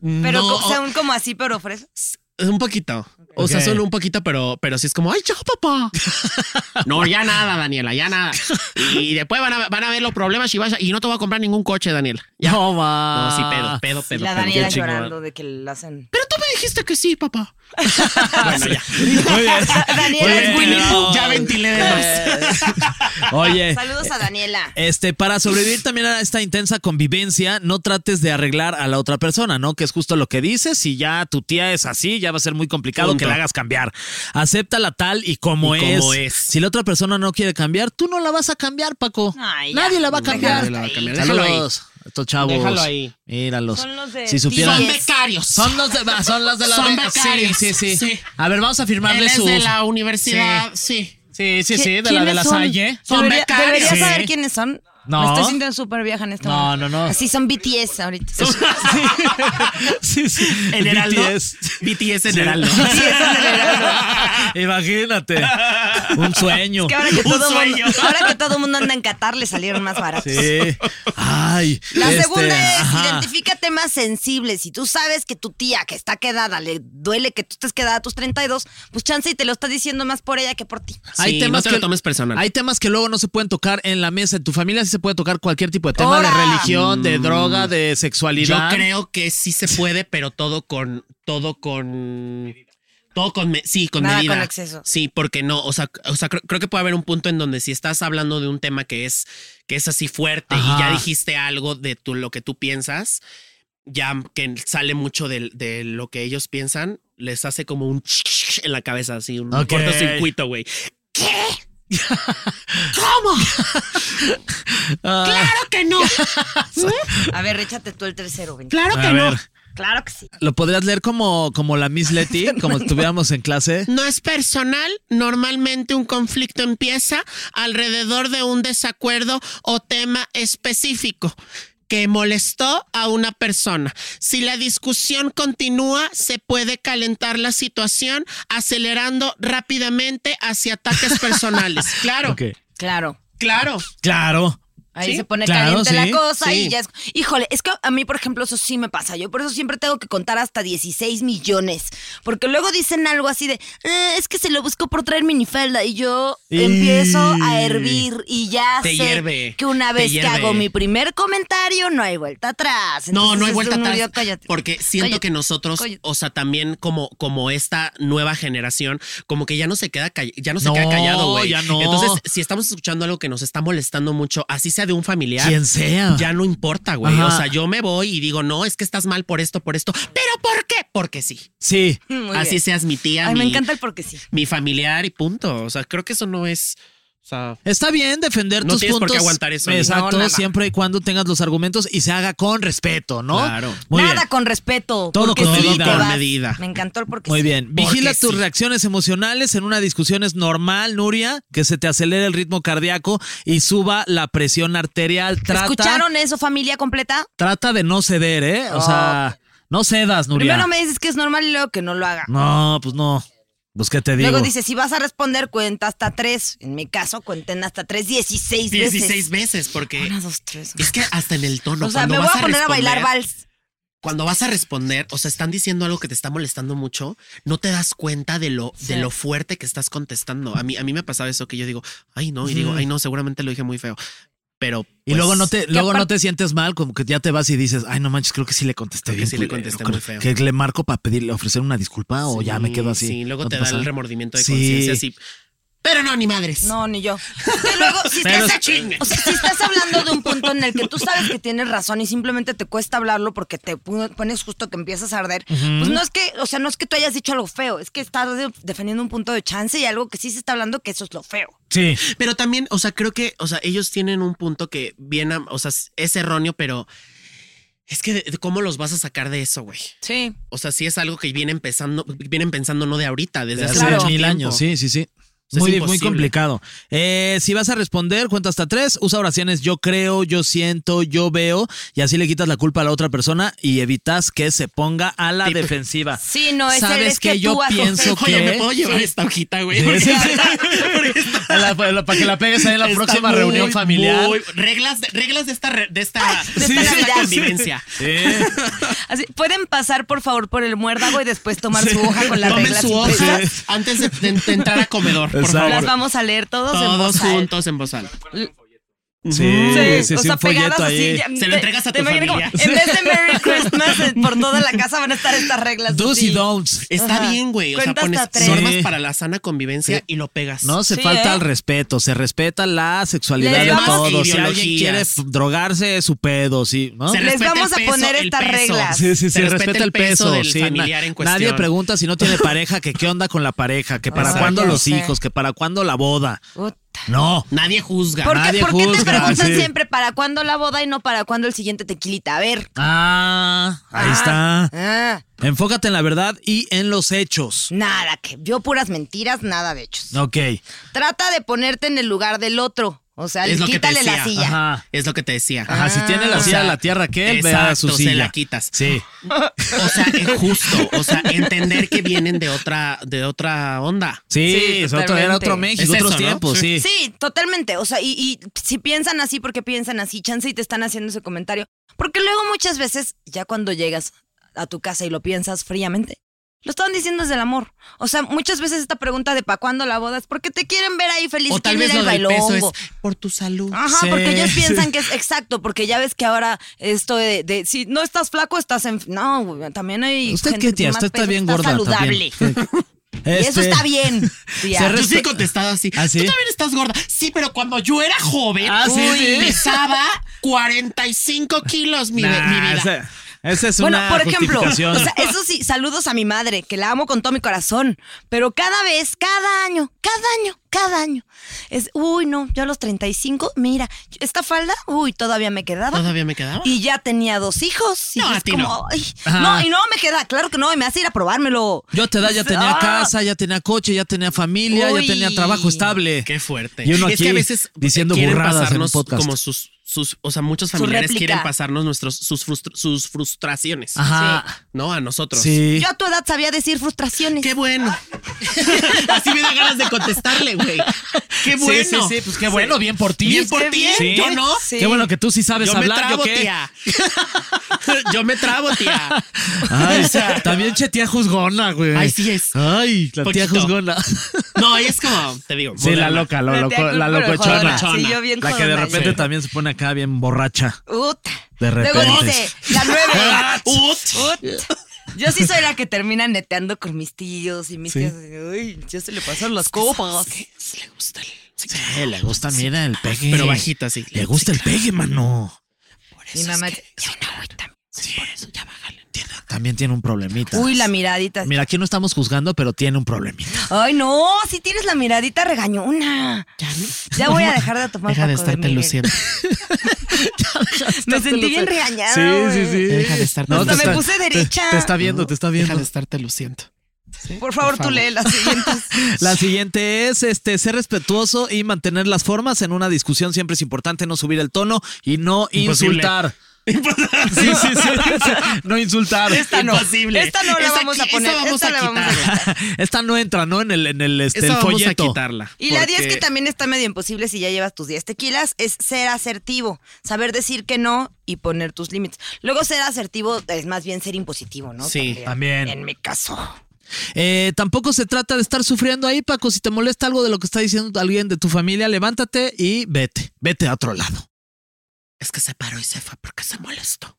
Speaker 2: Pero
Speaker 4: No,
Speaker 2: co- son como así, pero fresas.
Speaker 4: Eh, un poquito. O sea,
Speaker 3: Ok.
Speaker 4: solo un poquito, pero, pero sí es como, ay, ya, papá. no, ya nada, Daniela, ya nada. Y después van a, van a ver los problemas y vas a- y no te voy a comprar ningún coche, Daniela.
Speaker 3: No, ma.
Speaker 4: No, sí, pedo, pedo, pedo.
Speaker 2: Ah, la
Speaker 4: pedo.
Speaker 2: Daniela
Speaker 4: Qué chingón.
Speaker 2: llorando de que la hacen.
Speaker 4: Pero tú me dijiste que sí, papá. bueno, ya.
Speaker 3: Muy bien.
Speaker 2: Daniela
Speaker 3: Muy
Speaker 2: es
Speaker 3: bien.
Speaker 2: Winnie
Speaker 4: Pooh. Ya ventilé de más.
Speaker 3: Oye.
Speaker 2: Saludos a Daniela.
Speaker 3: Este, para sobrevivir también a esta intensa convivencia, no trates de arreglar a la otra persona, ¿no? Que es justo lo que dices. Si ya tu tía es así, ya va a ser muy complicado
Speaker 4: Punto.
Speaker 3: que la hagas cambiar. Acéptala tal y como,
Speaker 4: Y como
Speaker 3: es.
Speaker 4: es.
Speaker 3: Si la otra persona no quiere cambiar, tú no la vas a cambiar, Paco.
Speaker 2: Ay, ya.
Speaker 3: Nadie la va a
Speaker 2: Déjalo
Speaker 3: cambiar.
Speaker 4: ahí. Déjalo ahí.
Speaker 3: Saludos. a Estos chavos.
Speaker 4: Déjalo ahí.
Speaker 3: Míralos.
Speaker 2: Son los de
Speaker 3: si supieran.
Speaker 2: Son
Speaker 4: Son
Speaker 2: Yes.
Speaker 4: becarios.
Speaker 3: Son los de, ah, son las de la
Speaker 4: Son
Speaker 3: sí,
Speaker 4: becarios.
Speaker 3: sí, sí,
Speaker 4: Sí.
Speaker 3: A ver, vamos a firmarle
Speaker 4: Él es
Speaker 3: sus.
Speaker 4: de la universidad, sí.
Speaker 3: Sí, sí, sí, de la de la Salle.
Speaker 4: Son
Speaker 2: Debería-
Speaker 4: becarios.
Speaker 2: Deberías
Speaker 3: Sí.
Speaker 2: saber quiénes son.
Speaker 3: No.
Speaker 2: Me estoy sintiendo súper vieja en este
Speaker 3: No,
Speaker 2: momento.
Speaker 3: no, no.
Speaker 2: Así son BTS ahorita.
Speaker 3: Sí, sí.
Speaker 4: El Heraldo.
Speaker 3: BTS.
Speaker 4: BTS en Heraldo.
Speaker 3: Imagínate. Un sueño.
Speaker 2: Que ahora que
Speaker 4: Un
Speaker 2: todo
Speaker 4: sueño.
Speaker 2: mundo, ahora que todo mundo anda en Qatar, le salieron más baratos.
Speaker 3: Sí. Ay.
Speaker 2: La
Speaker 3: este,
Speaker 2: segunda es
Speaker 3: ajá.
Speaker 2: identifica temas sensibles. Si tú sabes que tu tía que está quedada le duele que tú estés quedada a tus 32, pues chance y te lo está diciendo más por ella que por ti.
Speaker 3: Hay
Speaker 4: Sí,
Speaker 3: temas
Speaker 4: no te
Speaker 3: que
Speaker 4: lo tomes personal.
Speaker 3: Hay temas que luego no se pueden tocar en la mesa. En tu familia sí se puede tocar cualquier tipo de tema de
Speaker 2: ¡Ora!
Speaker 3: religión,
Speaker 4: Mm.
Speaker 3: de droga, de
Speaker 4: Yo
Speaker 3: sexualidad.
Speaker 4: creo que sí se puede, pero todo con. Todo con. Todo con. me- sí, con
Speaker 2: Nada
Speaker 4: medida.
Speaker 2: con exceso.
Speaker 4: Sí, porque no. O sea, c- o sea creo, creo que puede haber un punto en donde si estás hablando de un tema que es, que es así fuerte
Speaker 3: Ajá.
Speaker 4: y ya dijiste algo de tu, lo que tú piensas, ya que sale mucho del- de, lo que ellos piensan, les hace como un en la cabeza, así, un
Speaker 3: Ok.
Speaker 4: cortocircuito, güey.
Speaker 3: Ah,
Speaker 5: Claro que no.
Speaker 2: A ver, échate tú el tercero, ven.
Speaker 5: Claro
Speaker 3: a
Speaker 5: que no.
Speaker 3: ver,
Speaker 2: Claro que sí.
Speaker 3: ¿lo podrías leer como, como la Miss Letty? Como estuviéramos en clase.
Speaker 4: No es personal. Normalmente un conflicto empieza alrededor de un desacuerdo o tema específico que molestó a una persona. Si la discusión continúa, se puede calentar la situación acelerando rápidamente hacia ataques personales. Claro,
Speaker 3: Ok.
Speaker 2: Claro.
Speaker 4: claro.
Speaker 3: Claro.
Speaker 2: Ahí
Speaker 4: Sí,
Speaker 2: se pone
Speaker 3: claro,
Speaker 2: caliente
Speaker 3: sí,
Speaker 2: la cosa
Speaker 4: sí.
Speaker 2: y ya es. Híjole, es que a mí, por ejemplo, eso sí me pasa. Yo por eso siempre tengo que contar hasta 16 millones. Porque luego dicen algo así de, "Eh, es que se lo busco por traer minifalda. Y yo
Speaker 3: Y-
Speaker 2: empiezo a hervir y ya
Speaker 4: Te
Speaker 2: sé
Speaker 4: hierve,
Speaker 2: que una
Speaker 4: te
Speaker 2: vez que
Speaker 4: hierve.
Speaker 2: hago mi primer comentario, no hay vuelta atrás.
Speaker 4: No,
Speaker 2: Entonces,
Speaker 4: no hay
Speaker 2: es
Speaker 4: vuelta
Speaker 2: un
Speaker 4: atrás.
Speaker 2: yo, cállate.
Speaker 4: Porque siento
Speaker 2: Cállate.
Speaker 4: que nosotros,
Speaker 2: Cállate.
Speaker 4: o sea, también como, como esta nueva generación, como que ya no se queda, call- ya no se
Speaker 3: No,
Speaker 4: queda callado, güey.
Speaker 3: ya no.
Speaker 4: Entonces, si estamos escuchando algo que nos está molestando mucho, así se herencia de un familiar.
Speaker 3: Quien sea.
Speaker 4: Ya no importa, güey. O
Speaker 3: Ajá.
Speaker 4: sea, yo me voy y digo, no, es que estás mal por esto, por esto. ¿Pero por qué? Porque sí.
Speaker 3: Sí.
Speaker 2: Muy
Speaker 4: Así
Speaker 2: bien.
Speaker 4: seas mi tía,
Speaker 2: Ay,
Speaker 4: mi,
Speaker 2: me encanta el porque sí.
Speaker 4: mi familiar y punto. O sea, creo que eso no es. O sea,
Speaker 3: Está bien defender
Speaker 4: No
Speaker 3: tus
Speaker 4: tienes
Speaker 3: puntos.
Speaker 4: por qué aguantar eso, amigo.
Speaker 3: Exacto,
Speaker 2: No, nada.
Speaker 3: siempre y cuando tengas los argumentos y se haga con respeto, ¿no?
Speaker 4: Claro.
Speaker 3: Muy
Speaker 2: Nada
Speaker 3: bien.
Speaker 2: con respeto.
Speaker 3: Todo
Speaker 2: porque
Speaker 3: con
Speaker 2: sí
Speaker 3: medida.
Speaker 2: te
Speaker 3: Con
Speaker 2: vas.
Speaker 4: medida.
Speaker 2: Me encantó el porque
Speaker 3: Muy
Speaker 2: sí.
Speaker 3: bien. Vigila
Speaker 4: Porque
Speaker 3: tus
Speaker 4: sí.
Speaker 3: reacciones emocionales. En una discusión es normal, Nuria, que se te acelere el ritmo cardíaco y suba la presión arterial. Trata,
Speaker 2: ¿Escucharon eso, familia completa?
Speaker 3: Trata de no ceder, ¿eh? O sea, no cedas, Nuria.
Speaker 2: Primero me dices que es normal y luego que no lo haga.
Speaker 3: No, pues no. Pues qué te digo.
Speaker 2: Luego dice, si vas a responder, cuenta hasta tres. En mi caso, cuenten hasta tres, 16 veces.
Speaker 4: 16 veces, porque
Speaker 2: Una, dos, tres.
Speaker 4: es que hasta en el tono.
Speaker 2: o sea,
Speaker 4: cuando
Speaker 2: me voy
Speaker 4: vas
Speaker 2: a poner a
Speaker 4: responder-
Speaker 2: bailar vals.
Speaker 4: Cuando vas a responder, o sea, están diciendo algo que te está molestando mucho, no te das cuenta de lo, de lo fuerte que estás contestando. A mí, a mí me ha pasado eso que yo digo, ay no, y digo, ay no, seguramente lo dije muy feo. Pero. pues,
Speaker 3: Y luego no te, luego no
Speaker 2: aparte-
Speaker 3: te sientes mal, como que ya te vas y dices, ay no manches, creo que sí le contesté
Speaker 4: Creo que
Speaker 3: bien.
Speaker 4: sí le
Speaker 3: culero,
Speaker 4: contesté
Speaker 3: creo
Speaker 4: muy feo".
Speaker 3: Que le marco para pedirle, ofrecer una disculpa o
Speaker 4: Sí,
Speaker 3: ya me quedo así.
Speaker 4: Sí, luego
Speaker 3: ¿No
Speaker 4: te da
Speaker 3: pasa?
Speaker 4: el remordimiento de
Speaker 3: Sí.
Speaker 4: conciencia así. Pero no, ni madres.
Speaker 2: No, ni yo. Y luego, si
Speaker 4: Pero
Speaker 2: estás,
Speaker 4: se chingue.
Speaker 2: o sea, si estás hablando de un punto en el que tú sabes que tienes razón y simplemente te cuesta hablarlo porque te pu- pones justo que empiezas a arder, pues no es que, o sea, no es que tú hayas dicho algo feo, es que estás de- defendiendo un punto de chance y algo que sí se está hablando que eso es lo feo.
Speaker 3: Sí.
Speaker 4: Pero también, o sea, creo que, o sea, ellos tienen un punto que viene, a- o sea, es erróneo, pero es que, de- de ¿cómo los vas a sacar de eso, güey?
Speaker 2: Sí.
Speaker 4: O sea, sí es algo que vienen pensando, vienen pensando no de ahorita, desde hace
Speaker 3: hace
Speaker 2: Claro.
Speaker 4: mucho
Speaker 3: mil
Speaker 4: tiempo.
Speaker 3: años, sí, sí, sí.
Speaker 4: sea, es
Speaker 3: muy, muy
Speaker 4: imposible.
Speaker 3: complicado. Eh, si vas a responder, cuenta hasta tres, usa oraciones yo creo, yo siento, yo veo, y así le quitas la culpa a la otra persona y evitas que se ponga a la defensiva.
Speaker 2: Sí, no, es el-
Speaker 3: ¿Sabes
Speaker 2: es que
Speaker 3: que yo
Speaker 2: tú has
Speaker 3: pienso
Speaker 2: ofendido.
Speaker 3: que...
Speaker 4: Oye, ¿me puedo llevar
Speaker 2: Sí.
Speaker 4: esta hojita, güey?
Speaker 3: Sí,
Speaker 4: Porque
Speaker 3: sí, sí.
Speaker 4: está- porque está-
Speaker 3: A la- para que la pegues ahí en la
Speaker 4: está
Speaker 3: próxima
Speaker 4: muy,
Speaker 3: reunión familiar.
Speaker 4: muy- reglas, de, reglas de esta, re- de esta,
Speaker 2: de
Speaker 4: de
Speaker 2: esta
Speaker 4: esta
Speaker 2: Navidad.
Speaker 4: convivencia.
Speaker 2: Así, Pueden pasar, por favor, por el muérdago y después tomar su hoja con las
Speaker 4: Tomen
Speaker 2: reglas.
Speaker 4: su hoja
Speaker 2: impresas.
Speaker 4: antes de, de- de entrar a comedor, por
Speaker 3: Exacto.
Speaker 4: favor.
Speaker 2: Las vamos a leer todos, en
Speaker 4: Todos
Speaker 2: voz alta.
Speaker 4: juntos en voz alta.
Speaker 3: Sí, sí, sí,
Speaker 2: o sea,
Speaker 3: un folleto
Speaker 2: pegadas
Speaker 3: ahí.
Speaker 2: así. ya-
Speaker 4: Se lo
Speaker 2: te-
Speaker 4: entregas a
Speaker 2: te
Speaker 4: tu
Speaker 2: imaginas como,
Speaker 4: familia.
Speaker 2: en vez de Merry Christmas, eh, por toda la casa van a estar estas reglas.
Speaker 3: Do's
Speaker 2: así.
Speaker 3: y don'ts.
Speaker 4: Está
Speaker 2: Ajá.
Speaker 4: bien, güey. O sea,
Speaker 2: Cuenta
Speaker 4: pones
Speaker 2: hasta tres.
Speaker 4: normas
Speaker 3: Sí.
Speaker 4: para la sana convivencia y lo pegas.
Speaker 3: No se
Speaker 2: Sí,
Speaker 3: falta
Speaker 2: ¿eh?
Speaker 3: al respeto, se respeta la sexualidad
Speaker 2: Les
Speaker 3: de
Speaker 2: vamos-
Speaker 3: todos. Si alguien
Speaker 4: Ideologías.
Speaker 3: quiere f- drogarse, es su pedo, sí, ¿no?
Speaker 4: Se
Speaker 2: Les
Speaker 4: respeta
Speaker 2: vamos
Speaker 4: el
Speaker 2: a poner
Speaker 4: peso, el
Speaker 2: estas
Speaker 4: peso.
Speaker 2: reglas.
Speaker 3: Sí, sí, sí,
Speaker 4: Se respeta
Speaker 3: respeta el peso.
Speaker 4: del
Speaker 3: sí,
Speaker 4: familiar
Speaker 3: na-
Speaker 4: en cuestión.
Speaker 3: Nadie pregunta si no tiene pareja, que qué onda con la pareja, que para
Speaker 2: Exacto.
Speaker 3: cuándo los
Speaker 2: Sí.
Speaker 3: hijos, que para cuándo la boda.
Speaker 2: Puta.
Speaker 3: No.
Speaker 4: Nadie juzga.
Speaker 2: ¿Por qué,
Speaker 3: Nadie
Speaker 2: por qué te
Speaker 3: juzga,
Speaker 2: preguntan
Speaker 3: sí.
Speaker 2: siempre para cuándo la boda y no para cuándo el siguiente tequilita? A ver.
Speaker 3: Ah, ahí
Speaker 2: Ah,
Speaker 3: está.
Speaker 2: ah,
Speaker 3: Enfócate en la verdad y en los hechos.
Speaker 2: nada, que yo puras mentiras, nada de hechos.
Speaker 3: Ok.
Speaker 2: Trata de ponerte en el lugar del otro. O sea,
Speaker 4: Es lo que te
Speaker 2: quítale la
Speaker 4: decía.
Speaker 2: silla.
Speaker 3: Ajá.
Speaker 4: Es lo que te decía.
Speaker 3: Ajá, si tiene la
Speaker 4: Ah, O
Speaker 3: silla
Speaker 4: sea,
Speaker 3: de Ah. la tierra, que él vea su
Speaker 4: exacto, se
Speaker 3: silla.
Speaker 4: la quitas.
Speaker 3: Sí.
Speaker 4: O sea, es justo. O sea, entender que vienen de otra, de otra onda.
Speaker 3: Sí,
Speaker 2: Sí,
Speaker 3: es otro- era
Speaker 2: totalmente.
Speaker 3: otro México,
Speaker 4: Es
Speaker 3: otros
Speaker 4: eso, ¿no?
Speaker 3: tiempos, sí.
Speaker 2: Sí, totalmente. O sea, y, y si piensan así, ¿por qué piensan así? Chance y te están haciendo ese comentario. Porque luego muchas veces, ya cuando llegas a tu casa y lo piensas fríamente, lo están diciendo desde el amor. O sea, muchas veces esta pregunta de ¿pa' cuándo la boda? es porque te quieren ver ahí feliz.
Speaker 4: O tal
Speaker 2: quieren
Speaker 4: vez
Speaker 2: ir
Speaker 4: lo
Speaker 2: al
Speaker 4: del peso es
Speaker 2: bailongo.
Speaker 4: por tu salud.
Speaker 2: Ajá,
Speaker 3: Sí,
Speaker 2: porque ellos
Speaker 3: sí.
Speaker 2: piensan que es exacto, porque ya ves que ahora esto de, de- si no estás flaco, estás en... No, güey, también hay...
Speaker 3: ¿Usted
Speaker 2: gente
Speaker 3: qué, tía?
Speaker 2: con más
Speaker 3: Usted está
Speaker 2: peso que
Speaker 3: bien gorda.
Speaker 2: saludable.
Speaker 3: también.
Speaker 2: Y eso
Speaker 3: Este-
Speaker 2: está bien. tía.
Speaker 3: Se
Speaker 4: Yo
Speaker 3: respe-
Speaker 4: sí he contestado así.
Speaker 3: ¿Ah, sí?
Speaker 4: Tú también estás gorda. Sí, pero cuando yo era joven,
Speaker 3: Ah, sí,
Speaker 4: uy,
Speaker 3: sí.
Speaker 4: pesaba 45 kilos mi,
Speaker 3: Nah,
Speaker 4: mi vida.
Speaker 3: esa- esa es
Speaker 2: Bueno,
Speaker 3: una
Speaker 2: por ejemplo, o
Speaker 3: justificación.
Speaker 2: sea, eso sí, saludos a mi madre, que la amo con todo mi corazón, pero cada vez, cada año, cada año, cada año, es, uy, no, yo a los 35, mira, esta falda, uy, todavía me quedaba.
Speaker 4: Todavía me quedaba.
Speaker 2: Y ya tenía dos hijos. Y
Speaker 4: No,
Speaker 2: es
Speaker 4: a ti
Speaker 2: como,
Speaker 4: no.
Speaker 2: ay,
Speaker 3: Ajá.
Speaker 2: no, y no me queda, claro que no, y me hace ir a probármelo.
Speaker 3: Yo a tu edad ya tenía
Speaker 2: Ah.
Speaker 3: casa, ya tenía coche, ya tenía familia,
Speaker 2: Uy.
Speaker 3: ya tenía trabajo estable.
Speaker 4: Qué fuerte.
Speaker 3: Y uno
Speaker 4: es que
Speaker 3: aquí
Speaker 4: a veces eh,
Speaker 3: diciendo
Speaker 4: quieren
Speaker 3: burradas en un
Speaker 4: pasarnos
Speaker 3: podcast.
Speaker 4: como sus, sus, o sea, muchos familiares
Speaker 2: réplica.
Speaker 4: quieren pasarnos nuestros, sus, frustr- sus frustraciones,
Speaker 3: Ajá.
Speaker 4: ¿no? A nosotros.
Speaker 3: Sí.
Speaker 2: Yo a tu edad sabía decir frustraciones.
Speaker 4: Qué bueno. Así me da ganas de contestarle, güey. Qué bueno.
Speaker 3: Sí, sí, sí, pues qué bueno, bien por ti.
Speaker 4: Bien por
Speaker 2: Qué
Speaker 4: ti,
Speaker 2: bien.
Speaker 3: Sí.
Speaker 4: yo no.
Speaker 2: Sí.
Speaker 3: Qué bueno que tú sí sabes
Speaker 4: Yo me
Speaker 3: hablar. ¿yo
Speaker 4: trabo,
Speaker 3: qué?
Speaker 4: tía. Yo me trabo, tía.
Speaker 3: Ay, también che tía juzgona, güey.
Speaker 4: Ay, sí es.
Speaker 3: Ay, la tía
Speaker 4: Poquito.
Speaker 3: juzgona.
Speaker 4: No, es como, te digo.
Speaker 3: Sí, la
Speaker 4: moderna.
Speaker 3: loca, la,
Speaker 2: La
Speaker 3: loco-
Speaker 2: tía
Speaker 3: la
Speaker 2: culpa de
Speaker 3: locochona.
Speaker 2: jodona. Sí, yo bien
Speaker 3: la que de
Speaker 2: jodona,
Speaker 3: repente
Speaker 2: sí.
Speaker 3: también se pone acá bien borracha.
Speaker 2: Ut.
Speaker 3: De
Speaker 2: Luego
Speaker 3: repente.
Speaker 2: dice, la nueve.
Speaker 4: Ut.
Speaker 2: Ut. Yo sí soy la que termina neteando con mis tíos y mis tías. Uy, yo se le pasan las copas.
Speaker 4: Le gusta el. Sí,
Speaker 3: Eh, le gusta, mira, el pegue.
Speaker 4: Pero bajita, sí.
Speaker 3: Le gusta el pegue, mano.
Speaker 4: Por
Speaker 2: Mi
Speaker 4: eso
Speaker 2: mamá.
Speaker 4: es que ya no voy tan- Por eso ya bájale. Entiendo.
Speaker 3: También tiene un problemita.
Speaker 2: Uy, la miradita.
Speaker 3: Mira, aquí no estamos juzgando, pero tiene un problemita.
Speaker 2: Ay, no, sí tienes la miradita regañona. Ya, voy a dejar de tomar
Speaker 4: Deja de
Speaker 2: Paco
Speaker 4: estarte
Speaker 2: Miguel.
Speaker 4: luciendo.
Speaker 2: Me sentí bien regañada. güey.
Speaker 4: Deja de estarte
Speaker 3: te
Speaker 2: Hasta me
Speaker 3: está-
Speaker 2: puse
Speaker 3: te-
Speaker 2: derecha.
Speaker 3: Te, está viendo, te está
Speaker 4: Deja
Speaker 3: viendo.
Speaker 4: de estarte luciendo. ¿Sí?
Speaker 2: Por favor, tú lee las siguientes.
Speaker 3: La siguiente es este ser respetuoso y mantener las formas. En una discusión siempre es importante no subir el tono y no
Speaker 4: Imposible.
Speaker 3: insultar. Sí, sí, sí, sí. No insultar.
Speaker 2: Esta no.
Speaker 4: Imposible.
Speaker 2: Esta no la
Speaker 4: Esa
Speaker 2: vamos a
Speaker 4: qui-
Speaker 2: poner.
Speaker 4: esa vamos
Speaker 2: Esta
Speaker 4: a
Speaker 2: la vamos a
Speaker 4: quitarla.
Speaker 3: Esta no entra, ¿no? En el, en el, este,
Speaker 4: Esa
Speaker 3: el
Speaker 4: vamos a
Speaker 3: folleto.
Speaker 4: quitarla.
Speaker 2: Y la 10
Speaker 4: porque-
Speaker 2: que también está medio imposible si ya llevas tus 10 tequilas es ser asertivo, saber decir que no y poner tus límites. Luego ser asertivo es más bien ser impositivo, ¿no?
Speaker 4: Sí,
Speaker 3: también.
Speaker 2: En mi caso.
Speaker 3: Eh, tampoco se trata de estar sufriendo ahí, Paco. Si te molesta algo de lo que está diciendo alguien de tu familia, levántate y vete. Vete a otro lado.
Speaker 4: Es que se paró y se fue porque se molestó.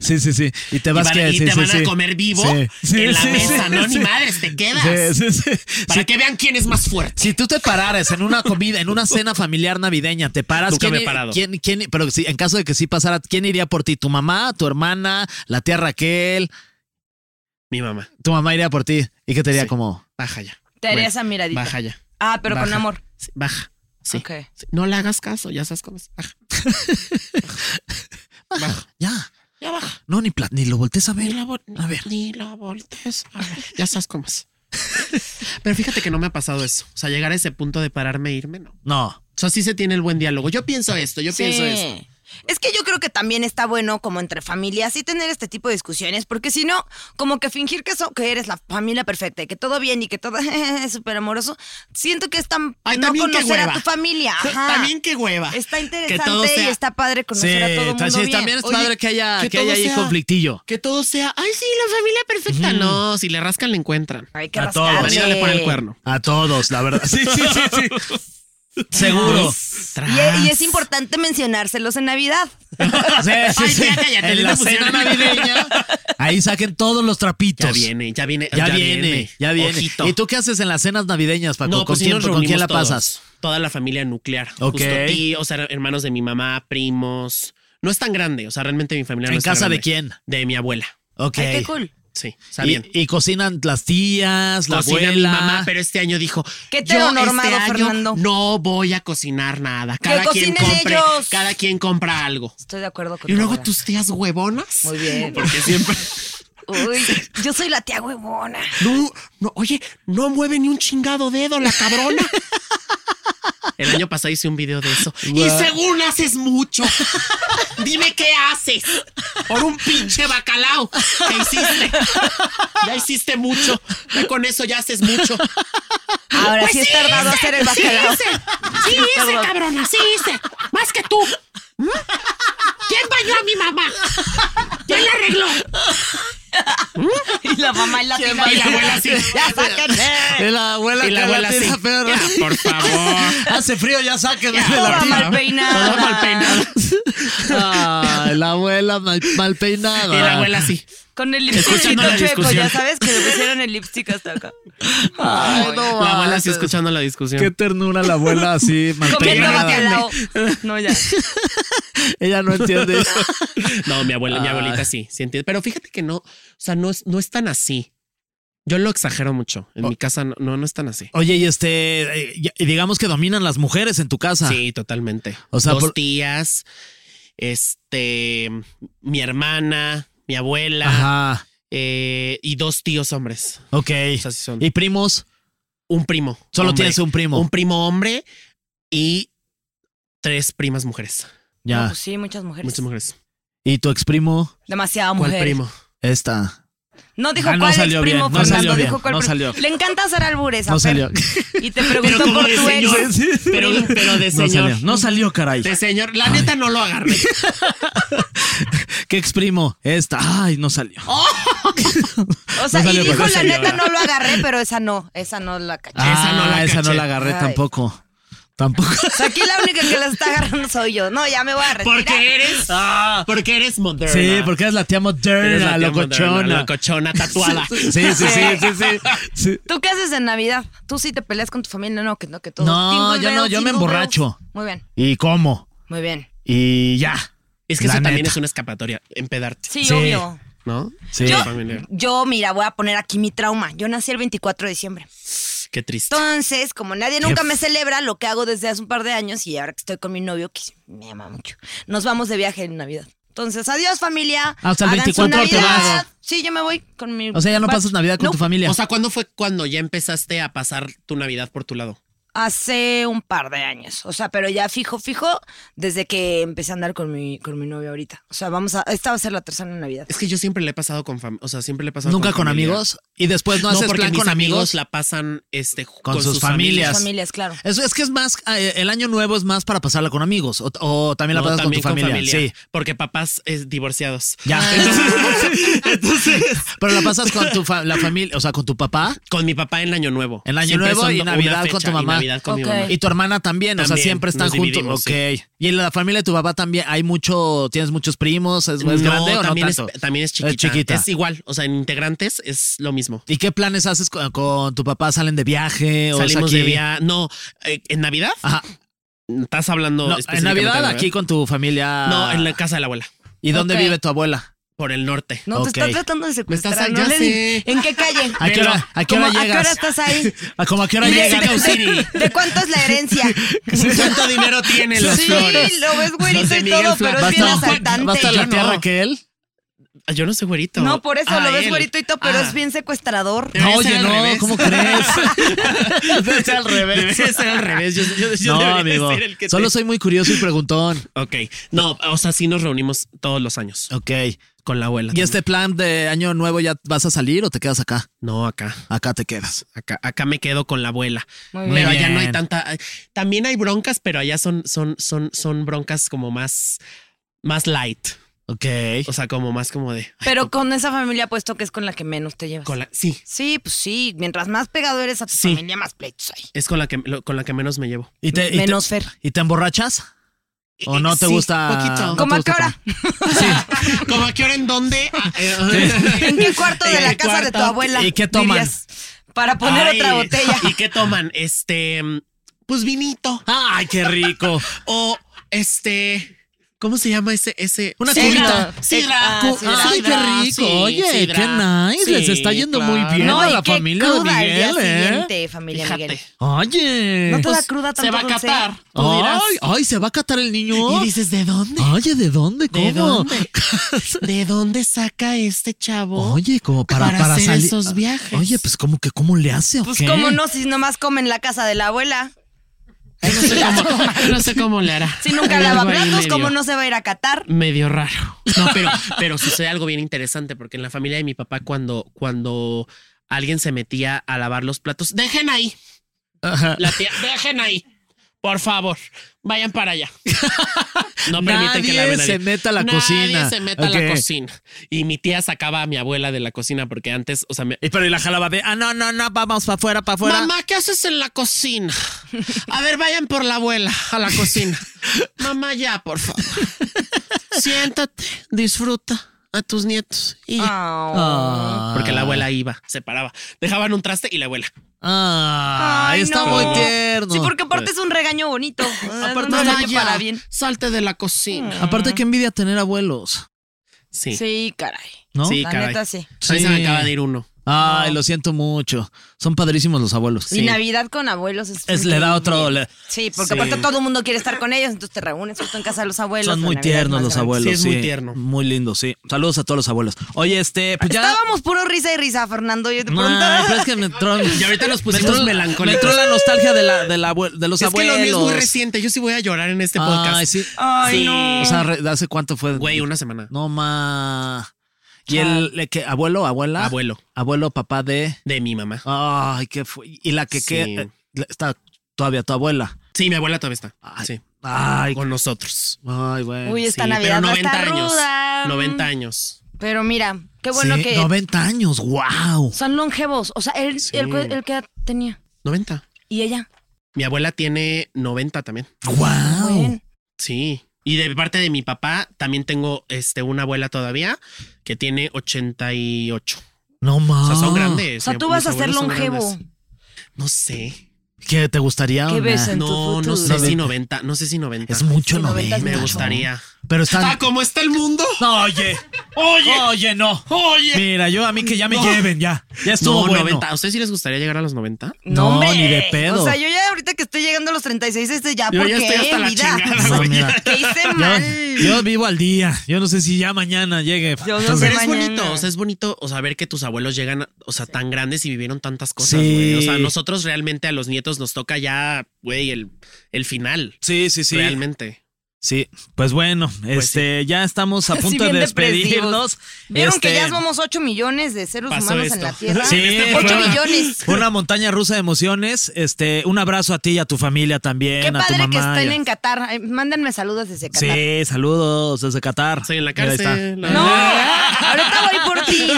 Speaker 3: Sí, sí, sí. Y te
Speaker 4: Y,
Speaker 3: vas
Speaker 4: van-
Speaker 3: que-
Speaker 4: y
Speaker 3: sí,
Speaker 4: te
Speaker 3: sí,
Speaker 4: van
Speaker 3: sí.
Speaker 4: a comer vivo
Speaker 3: Sí. Sí,
Speaker 4: en la
Speaker 3: sí,
Speaker 4: mesa,
Speaker 3: sí,
Speaker 4: ¿no? Ni
Speaker 3: sí.
Speaker 4: madres, te quedas.
Speaker 3: Sí, sí, sí.
Speaker 4: Para que vean quién es más fuerte.
Speaker 3: Si tú te pararas en una comida, en una cena familiar navideña, te paras.
Speaker 4: Nunca
Speaker 3: ¿quién
Speaker 4: me he
Speaker 3: ir-
Speaker 4: parado.
Speaker 3: quién- quién- pero si, en caso de que sí pasara, ¿quién iría por ti? ¿Tu mamá, tu hermana, la tía Raquel?
Speaker 4: Mi mamá,
Speaker 3: Tu mamá iría por ti. ¿Y qué te diría
Speaker 4: Sí.
Speaker 3: como?
Speaker 4: baja ya.
Speaker 2: Te haría
Speaker 4: Bueno,
Speaker 2: esa miradita.
Speaker 4: Baja ya.
Speaker 2: Ah, pero con
Speaker 4: Baja.
Speaker 2: amor.
Speaker 4: Sí, baja. Sí,
Speaker 2: Ok.
Speaker 4: sí. No le hagas caso, ya sabes cómo es. Baja. Baja.
Speaker 3: Ya.
Speaker 4: Ya baja.
Speaker 3: No, ni, pla- ni lo voltees a
Speaker 4: Ni
Speaker 3: ver.
Speaker 4: la, vol-
Speaker 3: A ver.
Speaker 4: ni la voltees. A ver, ya sabes cómo es. Pero fíjate que no me ha pasado eso. O sea, llegar a ese punto de pararme e irme, no.
Speaker 3: No.
Speaker 4: O sea, sí se tiene el buen diálogo. Yo pienso esto, yo pienso esto.
Speaker 2: Sí. Es que yo creo que también está bueno como entre familias y tener este tipo de discusiones, porque si no, como que fingir que, so- que eres la familia perfecta y que todo bien y que todo es súper amoroso, siento que es tan
Speaker 4: Ay,
Speaker 2: no
Speaker 4: también qué
Speaker 2: conocer a
Speaker 4: hueva.
Speaker 2: tu familia. Ajá.
Speaker 4: También qué hueva.
Speaker 2: Está
Speaker 4: Que todo
Speaker 2: interesante y
Speaker 4: sea-
Speaker 2: está padre conocer a todo el mundo
Speaker 3: sí,
Speaker 2: bien.
Speaker 3: también es
Speaker 4: Oye,
Speaker 3: padre que haya, que
Speaker 4: que
Speaker 3: haya
Speaker 4: todo
Speaker 3: ahí
Speaker 4: sea-
Speaker 3: conflictillo.
Speaker 4: Que todo sea, ay, sí, la familia perfecta. No, si le rascan, le encuentran.
Speaker 2: Hay que
Speaker 3: A todos.
Speaker 2: rascarle.
Speaker 4: Mañana le pone el cuerno.
Speaker 3: A todos, la verdad. Sí, sí, sí, sí. Seguro.
Speaker 2: Y e- Y, es importante mencionárselos en Navidad.
Speaker 3: Sí, sí,
Speaker 4: Ay,
Speaker 3: sí.
Speaker 4: ya cállate,
Speaker 3: en
Speaker 4: no
Speaker 3: la
Speaker 4: te pusieron
Speaker 3: cena navideña, ahí saquen todos los trapitos.
Speaker 4: Ya viene, ya viene,
Speaker 3: Ya, viene, ya viene.
Speaker 4: Ojito.
Speaker 3: ¿Y tú qué haces en las cenas navideñas, Paco?
Speaker 4: No,
Speaker 3: ¿Con,
Speaker 4: pues sí
Speaker 3: quién,
Speaker 4: nos
Speaker 3: con
Speaker 4: reunimos
Speaker 3: quién la
Speaker 4: todos.
Speaker 3: pasas?
Speaker 4: Toda la familia nuclear.
Speaker 3: Ok.
Speaker 4: Justo tío, o sea, hermanos de mi mamá, primos. No es tan grande, o sea, realmente mi familia no
Speaker 3: ¿En
Speaker 4: es tan
Speaker 3: casa de
Speaker 4: grande.
Speaker 3: quién?
Speaker 4: De mi abuela.
Speaker 3: Ok.
Speaker 2: Ay, qué cool.
Speaker 4: Sí, está
Speaker 3: y,
Speaker 4: bien.
Speaker 3: y cocinan las tías, la
Speaker 4: Cocina
Speaker 3: abuela.
Speaker 4: mi mamá, pero este año dijo,
Speaker 2: Qué
Speaker 4: yo
Speaker 2: heteronormado,
Speaker 4: este año
Speaker 2: Fernando.
Speaker 4: no voy a cocinar nada. Cada quien
Speaker 2: cocinen
Speaker 4: compre,
Speaker 2: ellos.
Speaker 4: cada quien compra algo.
Speaker 2: Estoy de acuerdo con
Speaker 4: Y
Speaker 2: tu
Speaker 4: luego
Speaker 2: abuela.
Speaker 4: tus tías huevonas.
Speaker 2: Muy bien.
Speaker 4: Porque siempre.
Speaker 2: Uy, yo soy la tía huevona.
Speaker 4: No, no, oye, no mueve ni un chingado dedo la cabrona. El año pasado hice un video de eso. Y según haces mucho. Dime qué haces. Por un pinche bacalao que hiciste. Ya hiciste mucho. Ya con eso ya haces mucho.
Speaker 2: Ahora Pues sí es tardado hacer el bacalao.
Speaker 5: Sí, hice. sí hice, cabrona, sí hice. Más que tú. ¿Mm? ¿Quién bañó a mi mamá? ¿Quién la arregló?
Speaker 2: Y la mamá y la tía.
Speaker 4: Y la abuela así.
Speaker 2: Ya, sáquenme.
Speaker 3: Y la abuela,
Speaker 4: Y la
Speaker 3: que
Speaker 4: abuela
Speaker 3: tira
Speaker 4: así.
Speaker 3: perra.
Speaker 4: Ya, por favor.
Speaker 3: Hace frío, ya sáquenme de
Speaker 2: Toda
Speaker 3: la
Speaker 2: mal
Speaker 3: tía.
Speaker 2: peinada.
Speaker 4: Toda mal peinada.
Speaker 3: Ay, la abuela mal, mal peinada.
Speaker 4: Y la abuela así.
Speaker 2: Con el
Speaker 4: Escuchando
Speaker 2: lipstickito
Speaker 4: la
Speaker 2: chueco, ya
Speaker 4: discusión.
Speaker 2: sabes que le pusieron el lipstick hasta acá.
Speaker 3: Ay, no
Speaker 4: La abuela así
Speaker 3: manches.
Speaker 4: escuchando la discusión.
Speaker 3: Ah, Qué ternura la abuela así, mal
Speaker 2: Comiendo
Speaker 4: Peinada.
Speaker 2: bacalao. No, ya.
Speaker 3: Ella no entiende.
Speaker 4: No, mi abuela, mi
Speaker 3: Ah.
Speaker 4: abuelita sí, sí entiende. Pero fíjate que no, o sea, no es, no es tan así. Yo lo exagero mucho. En mi casa no, no, no es tan así.
Speaker 3: Oye, y este, eh, ya- y digamos que dominan las mujeres en tu casa.
Speaker 4: Sí, totalmente.
Speaker 3: O
Speaker 4: O
Speaker 3: sea,
Speaker 4: sea, dos
Speaker 3: por-
Speaker 4: tías, este, mi hermana, mi abuela,
Speaker 3: Ajá.
Speaker 4: eh, y dos tíos hombres.
Speaker 3: Ok.
Speaker 4: O sea, sí son
Speaker 3: ¿Y primos?
Speaker 4: un primo.
Speaker 3: Solo
Speaker 4: hombre,
Speaker 3: tienes un primo.
Speaker 4: un primo hombre y tres primas mujeres.
Speaker 2: No,
Speaker 3: ya.
Speaker 2: pues sí, muchas mujeres.
Speaker 4: Muchas mujeres.
Speaker 3: ¿Y tu ex primo?
Speaker 2: Demasiada
Speaker 4: ¿Cuál
Speaker 2: mujer.
Speaker 4: primo?
Speaker 3: Esta.
Speaker 2: No dijo
Speaker 3: Ah, no
Speaker 2: cuál
Speaker 3: salió
Speaker 2: ex primo,
Speaker 3: bien, no
Speaker 2: Fernando.
Speaker 3: salió bien,
Speaker 2: dijo cuál
Speaker 3: no
Speaker 2: pri-
Speaker 3: salió.
Speaker 2: Le encanta hacer albures a
Speaker 3: No
Speaker 2: Fer.
Speaker 3: salió.
Speaker 2: Y te preguntó por
Speaker 4: de
Speaker 2: tu ex.
Speaker 4: señor. Pero, pero de
Speaker 3: No
Speaker 4: señor.
Speaker 3: salió. No salió, caray.
Speaker 4: De señor. La neta no lo agarré.
Speaker 3: ¿Qué ex primo? Esta. Ay, no salió.
Speaker 4: Oh,
Speaker 2: O sea,
Speaker 3: No
Speaker 2: y
Speaker 3: salió
Speaker 2: dijo,
Speaker 3: porque
Speaker 2: la
Speaker 3: salió,
Speaker 2: neta no lo agarré, pero esa no, esa no la caché.
Speaker 4: Ah, esa no la
Speaker 3: esa no
Speaker 4: caché.
Speaker 3: la agarré
Speaker 2: Ay.
Speaker 3: tampoco. Tampoco.
Speaker 2: O sea, aquí la única que las está agarrando soy yo. No, ya me voy a retirar.
Speaker 4: Porque eres.
Speaker 3: Ah.
Speaker 4: Porque eres moderna.
Speaker 3: Sí, porque es la tía
Speaker 4: Eres
Speaker 3: moderna,
Speaker 4: la tía moderna,
Speaker 3: locochona.
Speaker 4: Locochona, tatuada.
Speaker 3: Sí, sí, sí, sí, sí, sí.
Speaker 2: ¿Tú qué haces en Navidad? ¿Tú sí te peleas con tu familia? No, que no, que todo.
Speaker 3: No, yo no, yo me
Speaker 2: jingle bells.
Speaker 3: emborracho.
Speaker 2: Muy bien,
Speaker 3: ¿Y cómo?
Speaker 2: muy bien.
Speaker 3: Y ya.
Speaker 4: Es que
Speaker 3: La
Speaker 4: eso también
Speaker 3: neta.
Speaker 4: es una escapatoria, empedarte,
Speaker 2: Sí,
Speaker 3: Sí.
Speaker 2: obvio.
Speaker 4: ¿no?
Speaker 3: Sí.
Speaker 4: Yo-
Speaker 3: Yo-
Speaker 4: Familiar.
Speaker 2: Yo, mira, voy a poner aquí mi trauma. Yo nací el 24 de diciembre.
Speaker 4: Qué triste.
Speaker 2: Entonces, como nadie nunca me celebra, lo que hago desde hace un par de años y ahora que estoy con mi novio, que me ama mucho, nos vamos de viaje en Navidad. Entonces, adiós familia.
Speaker 3: Hasta el
Speaker 2: Hagan su
Speaker 3: 24 te vas.
Speaker 2: Navidad. Sí, yo me voy con mi.
Speaker 3: O sea, ya no pasas Navidad con
Speaker 2: No,
Speaker 3: tu familia.
Speaker 4: O sea, ¿cuándo fue cuando ya empezaste a pasar tu Navidad por tu lado?
Speaker 2: Hace un par de años. O sea, pero ya fijo, fijo, desde que empecé a andar con mi, con mi novio ahorita. O sea, vamos a. Esta va a ser la tercera Navidad.
Speaker 4: Es que yo siempre le he pasado con familia. O sea, siempre le he pasado
Speaker 3: ¿Nunca con
Speaker 4: familia.
Speaker 3: amigos? ¿Y después no, haces
Speaker 4: porque
Speaker 3: plan
Speaker 4: mis
Speaker 3: con amigos?
Speaker 4: la pasan este, ju-
Speaker 3: Con sus familias.
Speaker 2: Las familias, claro.
Speaker 3: Eso es que es más, eh, el año nuevo es más para pasarla con amigos. O, o también la
Speaker 4: No,
Speaker 3: pasas con tu
Speaker 4: también Ah.
Speaker 3: familia. Sí.
Speaker 4: Porque papás eh, divorciados.
Speaker 3: Ya. Entonces, pero la pasas con tu fa- la familia, o sea, con tu papá
Speaker 4: Con mi papá en Año Nuevo.
Speaker 3: En Año Nuevo
Speaker 4: son
Speaker 3: y
Speaker 4: una
Speaker 3: Navidad con
Speaker 4: fecha
Speaker 3: tu
Speaker 4: y
Speaker 3: mamá.
Speaker 4: Navidad con mi
Speaker 2: Ok.
Speaker 4: mamá.
Speaker 3: y tu hermana también, o sea,
Speaker 4: También,
Speaker 3: siempre están
Speaker 4: nos
Speaker 3: juntos.
Speaker 4: dividimos,
Speaker 3: Ok.
Speaker 4: sí.
Speaker 3: Y en la familia de tu papá también hay mucho, tienes muchos primos, es, es
Speaker 4: No,
Speaker 3: grande o no
Speaker 4: también
Speaker 3: tanto.
Speaker 4: Es, también es chiquita.
Speaker 3: Es chiquita.
Speaker 4: Es igual. O sea, en integrantes es lo mismo.
Speaker 3: ¿Y qué planes haces con, con tu papá? ¿Salen de viaje? o es
Speaker 4: Salimos
Speaker 3: aquí?
Speaker 4: de viaje. No, eh, en Navidad.
Speaker 3: Ajá.
Speaker 4: Estás hablando.
Speaker 3: No, en
Speaker 4: específicamente
Speaker 3: Navidad
Speaker 4: de
Speaker 3: aquí Ah. con tu familia.
Speaker 4: No, en la casa de la abuela.
Speaker 3: ¿Y dónde
Speaker 2: Ok.
Speaker 3: vive tu abuela?
Speaker 4: Por el norte.
Speaker 2: No,
Speaker 3: Ok.
Speaker 2: te estás tratando de
Speaker 4: Me estás-
Speaker 2: secuestrar.
Speaker 4: ya
Speaker 2: no le-
Speaker 4: sé.
Speaker 2: ¿En qué calle?
Speaker 3: ¿A qué
Speaker 4: Pero,
Speaker 3: hora, a qué hora
Speaker 2: ¿Cómo-
Speaker 3: llegas?
Speaker 2: ¿A qué hora estás ahí?
Speaker 3: ¿A como Ah, a qué hora
Speaker 4: Mexico
Speaker 3: llegas?
Speaker 4: City.
Speaker 2: ¿De cuánto es la herencia?
Speaker 4: ¿Cuánto dinero tiene los
Speaker 2: sí,
Speaker 4: flores?
Speaker 2: lo ves güerito
Speaker 4: José
Speaker 2: y
Speaker 4: Miguel
Speaker 2: todo,
Speaker 4: Fla-
Speaker 2: pero es bien
Speaker 4: Basta-
Speaker 2: asaltante.
Speaker 3: ¿Basta la
Speaker 4: Yo
Speaker 3: tía
Speaker 4: no.
Speaker 3: Raquel?
Speaker 4: Ah, Yo no soy güerito.
Speaker 2: No, por eso
Speaker 4: Ah,
Speaker 2: lo ves
Speaker 4: él.
Speaker 2: güerito y todo, pero
Speaker 4: Ah.
Speaker 2: es bien secuestrador.
Speaker 4: Debería
Speaker 3: No,
Speaker 4: ser
Speaker 3: oye,
Speaker 4: al
Speaker 3: no,
Speaker 4: revés.
Speaker 3: ¿cómo crees? Debe ser al revés.
Speaker 4: Debería ser al revés. Yo, yo- yo
Speaker 3: No,
Speaker 4: debería
Speaker 3: amigo.
Speaker 4: ser el que
Speaker 3: Solo
Speaker 4: te-
Speaker 3: soy muy curioso y preguntón.
Speaker 4: Ok. No, o sea, sí nos reunimos todos los años
Speaker 3: Ok.
Speaker 4: con la abuela.
Speaker 3: ¿Y este plan de año nuevo ya vas a salir o te quedas acá?
Speaker 4: No, acá.
Speaker 3: Acá te quedas.
Speaker 4: Acá, acá me quedo con la abuela.
Speaker 2: Muy
Speaker 4: Pero
Speaker 2: bien.
Speaker 4: allá no hay
Speaker 3: bien.
Speaker 4: tanta. También hay broncas, pero allá son, son, son, son broncas como más, más light.
Speaker 3: Ok.
Speaker 4: O sea, como más como de. ay,
Speaker 2: Pero con esa familia apuesto que es con la que menos te llevas.
Speaker 4: con la- sí,
Speaker 2: Sí, pues sí. Mientras más pegado eres a tu
Speaker 4: Sí.
Speaker 2: familia, más pleitos hay.
Speaker 4: es con la que lo- con la que menos me llevo.
Speaker 3: ¿Y te, y te-
Speaker 2: Menos Fer.
Speaker 3: ¿y te emborrachas? ¿O no te
Speaker 4: Sí,
Speaker 3: gusta?
Speaker 4: poquito.
Speaker 3: no te
Speaker 2: ¿Cómo a
Speaker 3: gusta
Speaker 2: qué hora?
Speaker 3: tomar? Sí.
Speaker 4: ¿Cómo a qué hora en dónde? Ah, eh,
Speaker 2: ¿En qué cuarto de
Speaker 4: ¿En
Speaker 2: la
Speaker 4: el
Speaker 2: casa de tu
Speaker 4: cuarto?
Speaker 2: abuela?
Speaker 3: ¿Y qué toman?
Speaker 2: dirías, para poner
Speaker 4: Ay,
Speaker 2: otra botella.
Speaker 4: ¿Y qué toman? Este, pues vinito.
Speaker 3: Ay, qué rico.
Speaker 4: O este, ¿cómo se llama ese? ese?
Speaker 3: Una
Speaker 4: Sidra.
Speaker 3: cubita.
Speaker 4: Sidra.
Speaker 2: Ah,
Speaker 4: Cu-
Speaker 2: sidra.
Speaker 3: Ay, qué
Speaker 4: sidra,
Speaker 3: rico.
Speaker 4: sí,
Speaker 3: Oye,
Speaker 4: sidra.
Speaker 3: qué nice. Les
Speaker 4: Sí,
Speaker 3: está yendo muy
Speaker 4: claro.
Speaker 3: bien
Speaker 2: no,
Speaker 3: a
Speaker 2: y
Speaker 3: la
Speaker 2: qué
Speaker 3: familia de
Speaker 2: cruda al día
Speaker 3: Miguel, ¿eh?
Speaker 2: siguiente, familia
Speaker 4: Fíjate.
Speaker 2: Miguel.
Speaker 3: Oye.
Speaker 2: No te da
Speaker 4: Pues,
Speaker 2: cruda tanto
Speaker 4: se va a
Speaker 2: dulce?
Speaker 4: catar. Tú
Speaker 3: Ay,
Speaker 4: dirás,
Speaker 3: ay, se va a catar el niño.
Speaker 4: Y dices, ¿de dónde?
Speaker 3: Oye, ¿de dónde? ¿Cómo?
Speaker 4: ¿De dónde? ¿De dónde saca este chavo?
Speaker 3: Oye, como para,
Speaker 4: Para
Speaker 3: para,
Speaker 4: hacer
Speaker 3: salir.
Speaker 4: esos viajes.
Speaker 3: Oye, pues como que cómo le hace, o
Speaker 2: Pues
Speaker 3: qué?
Speaker 2: cómo no, si nomás come en la casa de la abuela.
Speaker 4: Ay, no, sé cómo, no sé cómo le hará.
Speaker 2: Si nunca
Speaker 4: Algo
Speaker 2: lava
Speaker 4: ahí
Speaker 2: platos,
Speaker 4: medio-
Speaker 2: pues, ¿cómo no se va a ir a Qatar?
Speaker 4: medio raro. No, pero, pero sucede algo bien interesante, porque en la familia de mi papá, cuando, cuando alguien se metía a lavar los platos, dejen ahí.
Speaker 3: Ajá.
Speaker 4: La tía, dejen ahí. Por favor, vayan para allá. No permiten que
Speaker 3: Nadie
Speaker 4: laven a
Speaker 3: se meta a la
Speaker 4: Nadie
Speaker 3: cocina.
Speaker 4: se meta a
Speaker 3: Ok.
Speaker 4: la cocina. Y mi tía sacaba a mi abuela de la cocina porque antes, o sea, me-
Speaker 3: Y pero y la jalaba de, ah, no, no, no, vamos para afuera, para afuera.
Speaker 4: Mamá, ¿qué haces en la cocina? A ver, vayan por la abuela a la cocina. Mamá, ya, por favor. Siéntate, disfruta a tus nietos. Y ya.
Speaker 3: Ah.
Speaker 4: Porque la abuela iba, se paraba. Dejaban un traste y la abuela.
Speaker 3: Ah,
Speaker 2: Ay,
Speaker 3: está
Speaker 2: no.
Speaker 3: muy tierno. Ah,
Speaker 2: Sí, porque aparte es un regaño bonito. Aparte
Speaker 4: "Mamá, ya,
Speaker 2: para bien.
Speaker 4: Salte de la cocina.
Speaker 3: Pues, Aparte, qué envidia tener abuelos,
Speaker 4: Sí.
Speaker 2: Sí, caray.
Speaker 3: ¿no?
Speaker 4: Sí,
Speaker 2: La
Speaker 4: caray.
Speaker 2: neta, sí.
Speaker 4: A mí se
Speaker 3: Sí.
Speaker 4: me acaba de ir uno.
Speaker 3: Ay, lo siento mucho. Son padrísimos los abuelos.
Speaker 2: Y Navidad con abuelos es.
Speaker 3: Es- le da otro-
Speaker 2: increíble.
Speaker 3: le-
Speaker 2: Sí, porque
Speaker 4: Sí.
Speaker 2: aparte todo el mundo quiere estar con ellos, entonces te reúnes justo en casa de los abuelos.
Speaker 3: Son
Speaker 2: la
Speaker 3: muy
Speaker 2: Navidad
Speaker 3: tiernos
Speaker 2: más
Speaker 3: los
Speaker 2: grande.
Speaker 3: abuelos.
Speaker 4: Sí, es muy tierno.
Speaker 3: Muy lindo, sí. Saludos a todos los abuelos. Oye, este, pues ya.
Speaker 2: Estábamos puro risa y risa, Fernando. Yo te
Speaker 3: Nah,
Speaker 2: preguntaba.
Speaker 3: pero es que me entró.
Speaker 4: Y ahorita nos pusimos
Speaker 3: me entró-
Speaker 4: melancólicos.
Speaker 3: Me entró la nostalgia de, la, de, la abue- de los
Speaker 4: es
Speaker 3: abuelos.
Speaker 4: que lo mío es muy reciente. Yo sí voy a llorar en este podcast.
Speaker 3: Ay, sí.
Speaker 2: Ay,
Speaker 4: Sí.
Speaker 2: no.
Speaker 3: O sea, re- ¿hace cuánto fue?
Speaker 4: Güey, una semana.
Speaker 3: No ma. Y el le- que abuelo, abuela.
Speaker 4: Abuelo.
Speaker 3: Abuelo, papá de.
Speaker 4: De mi mamá.
Speaker 3: Ay, qué fue. Y la que,
Speaker 4: Sí.
Speaker 3: que- eh, la- está todavía tu abuela.
Speaker 4: Sí, mi abuela todavía está.
Speaker 3: Ay,
Speaker 4: Sí.
Speaker 3: Ay,
Speaker 4: Con nosotros.
Speaker 3: ay, güey.
Speaker 2: Uy, esta
Speaker 4: Sí,
Speaker 2: Navidad va a estar
Speaker 4: años.
Speaker 2: ruda.
Speaker 4: 90 años.
Speaker 2: Pero mira, qué bueno
Speaker 3: Sí,
Speaker 2: que.
Speaker 3: 90 años, wow.
Speaker 2: Son longevos. O sea, él, él, él que tenía.
Speaker 4: 90.
Speaker 2: ¿Y ella?
Speaker 4: Mi abuela tiene 90 también.
Speaker 3: ¡Wow!
Speaker 4: Sí. Y de parte de mi papá también tengo este, una abuela todavía que tiene 88.
Speaker 3: No
Speaker 4: O
Speaker 3: mames.
Speaker 4: sea, son grandes.
Speaker 2: O sea,
Speaker 4: Mi-
Speaker 2: tú vas
Speaker 4: mis
Speaker 2: a ser
Speaker 4: abuelos son
Speaker 2: longevo.
Speaker 4: grandes. No sé.
Speaker 3: ¿Qué te gustaría?
Speaker 2: ¿Qué
Speaker 3: una-
Speaker 2: ves en- tu
Speaker 4: No, no sé
Speaker 2: futuro.
Speaker 4: si 90. No sé si 90.
Speaker 3: Es mucho
Speaker 2: Sí, 90
Speaker 3: 90.
Speaker 2: es
Speaker 4: Me
Speaker 2: mucho.
Speaker 4: gustaría.
Speaker 3: Pero están.
Speaker 4: Ah, ¿cómo está el mundo?
Speaker 3: No, oye. Oye. Oye, no.
Speaker 4: Oye.
Speaker 3: Mira, yo a mí que ya me lleven, ya. Ya estuvo
Speaker 4: No,
Speaker 3: bueno.
Speaker 4: 90. ¿A ustedes sí les gustaría llegar a los 90?
Speaker 3: No, ni de pedo.
Speaker 2: O sea, yo ya ahorita que estoy llegando a los 36, este ya,
Speaker 4: Yo
Speaker 2: porque
Speaker 4: ya estoy hasta la
Speaker 2: vida.
Speaker 4: chingada,
Speaker 3: güey. No, mira.
Speaker 2: ¿Qué hice mal?
Speaker 3: Yo, yo vivo al día. Yo no sé si ya mañana llegue.
Speaker 2: Yo no
Speaker 3: Entonces,
Speaker 4: Pero es
Speaker 2: mañana.
Speaker 4: bonito, o sea, es bonito o saber que tus abuelos llegan, o sea, tan grandes y vivieron tantas cosas,
Speaker 3: Sí.
Speaker 4: güey. O sea, nosotros realmente a los nietos nos toca ya, güey, el, el final.
Speaker 3: Sí, sí, sí.
Speaker 4: Realmente.
Speaker 3: Sí, pues bueno,
Speaker 4: Pues
Speaker 3: este, ya estamos a
Speaker 2: Sí,
Speaker 3: punto
Speaker 2: bien
Speaker 3: de
Speaker 2: depresivos.
Speaker 3: despedirnos.
Speaker 2: ¿Vieron que
Speaker 3: Este,
Speaker 2: ya somos 8 millones de seres
Speaker 4: pasó
Speaker 2: humanos en
Speaker 4: esto.
Speaker 2: la Tierra?
Speaker 3: Sí,
Speaker 4: Este
Speaker 2: 8
Speaker 3: fue una-
Speaker 2: millones.
Speaker 3: Una montaña rusa de emociones. Este, un abrazo a ti y a tu familia también,
Speaker 2: Qué
Speaker 3: a tu
Speaker 2: padre que
Speaker 3: mamá.
Speaker 2: estén
Speaker 3: y a-
Speaker 2: en Qatar. Ay, Mándenme saludos desde Qatar.
Speaker 3: Sí, saludos desde Qatar.
Speaker 4: Estoy en la
Speaker 3: Mira, ahí está.
Speaker 4: cárcel.
Speaker 2: No, ahorita voy por ti.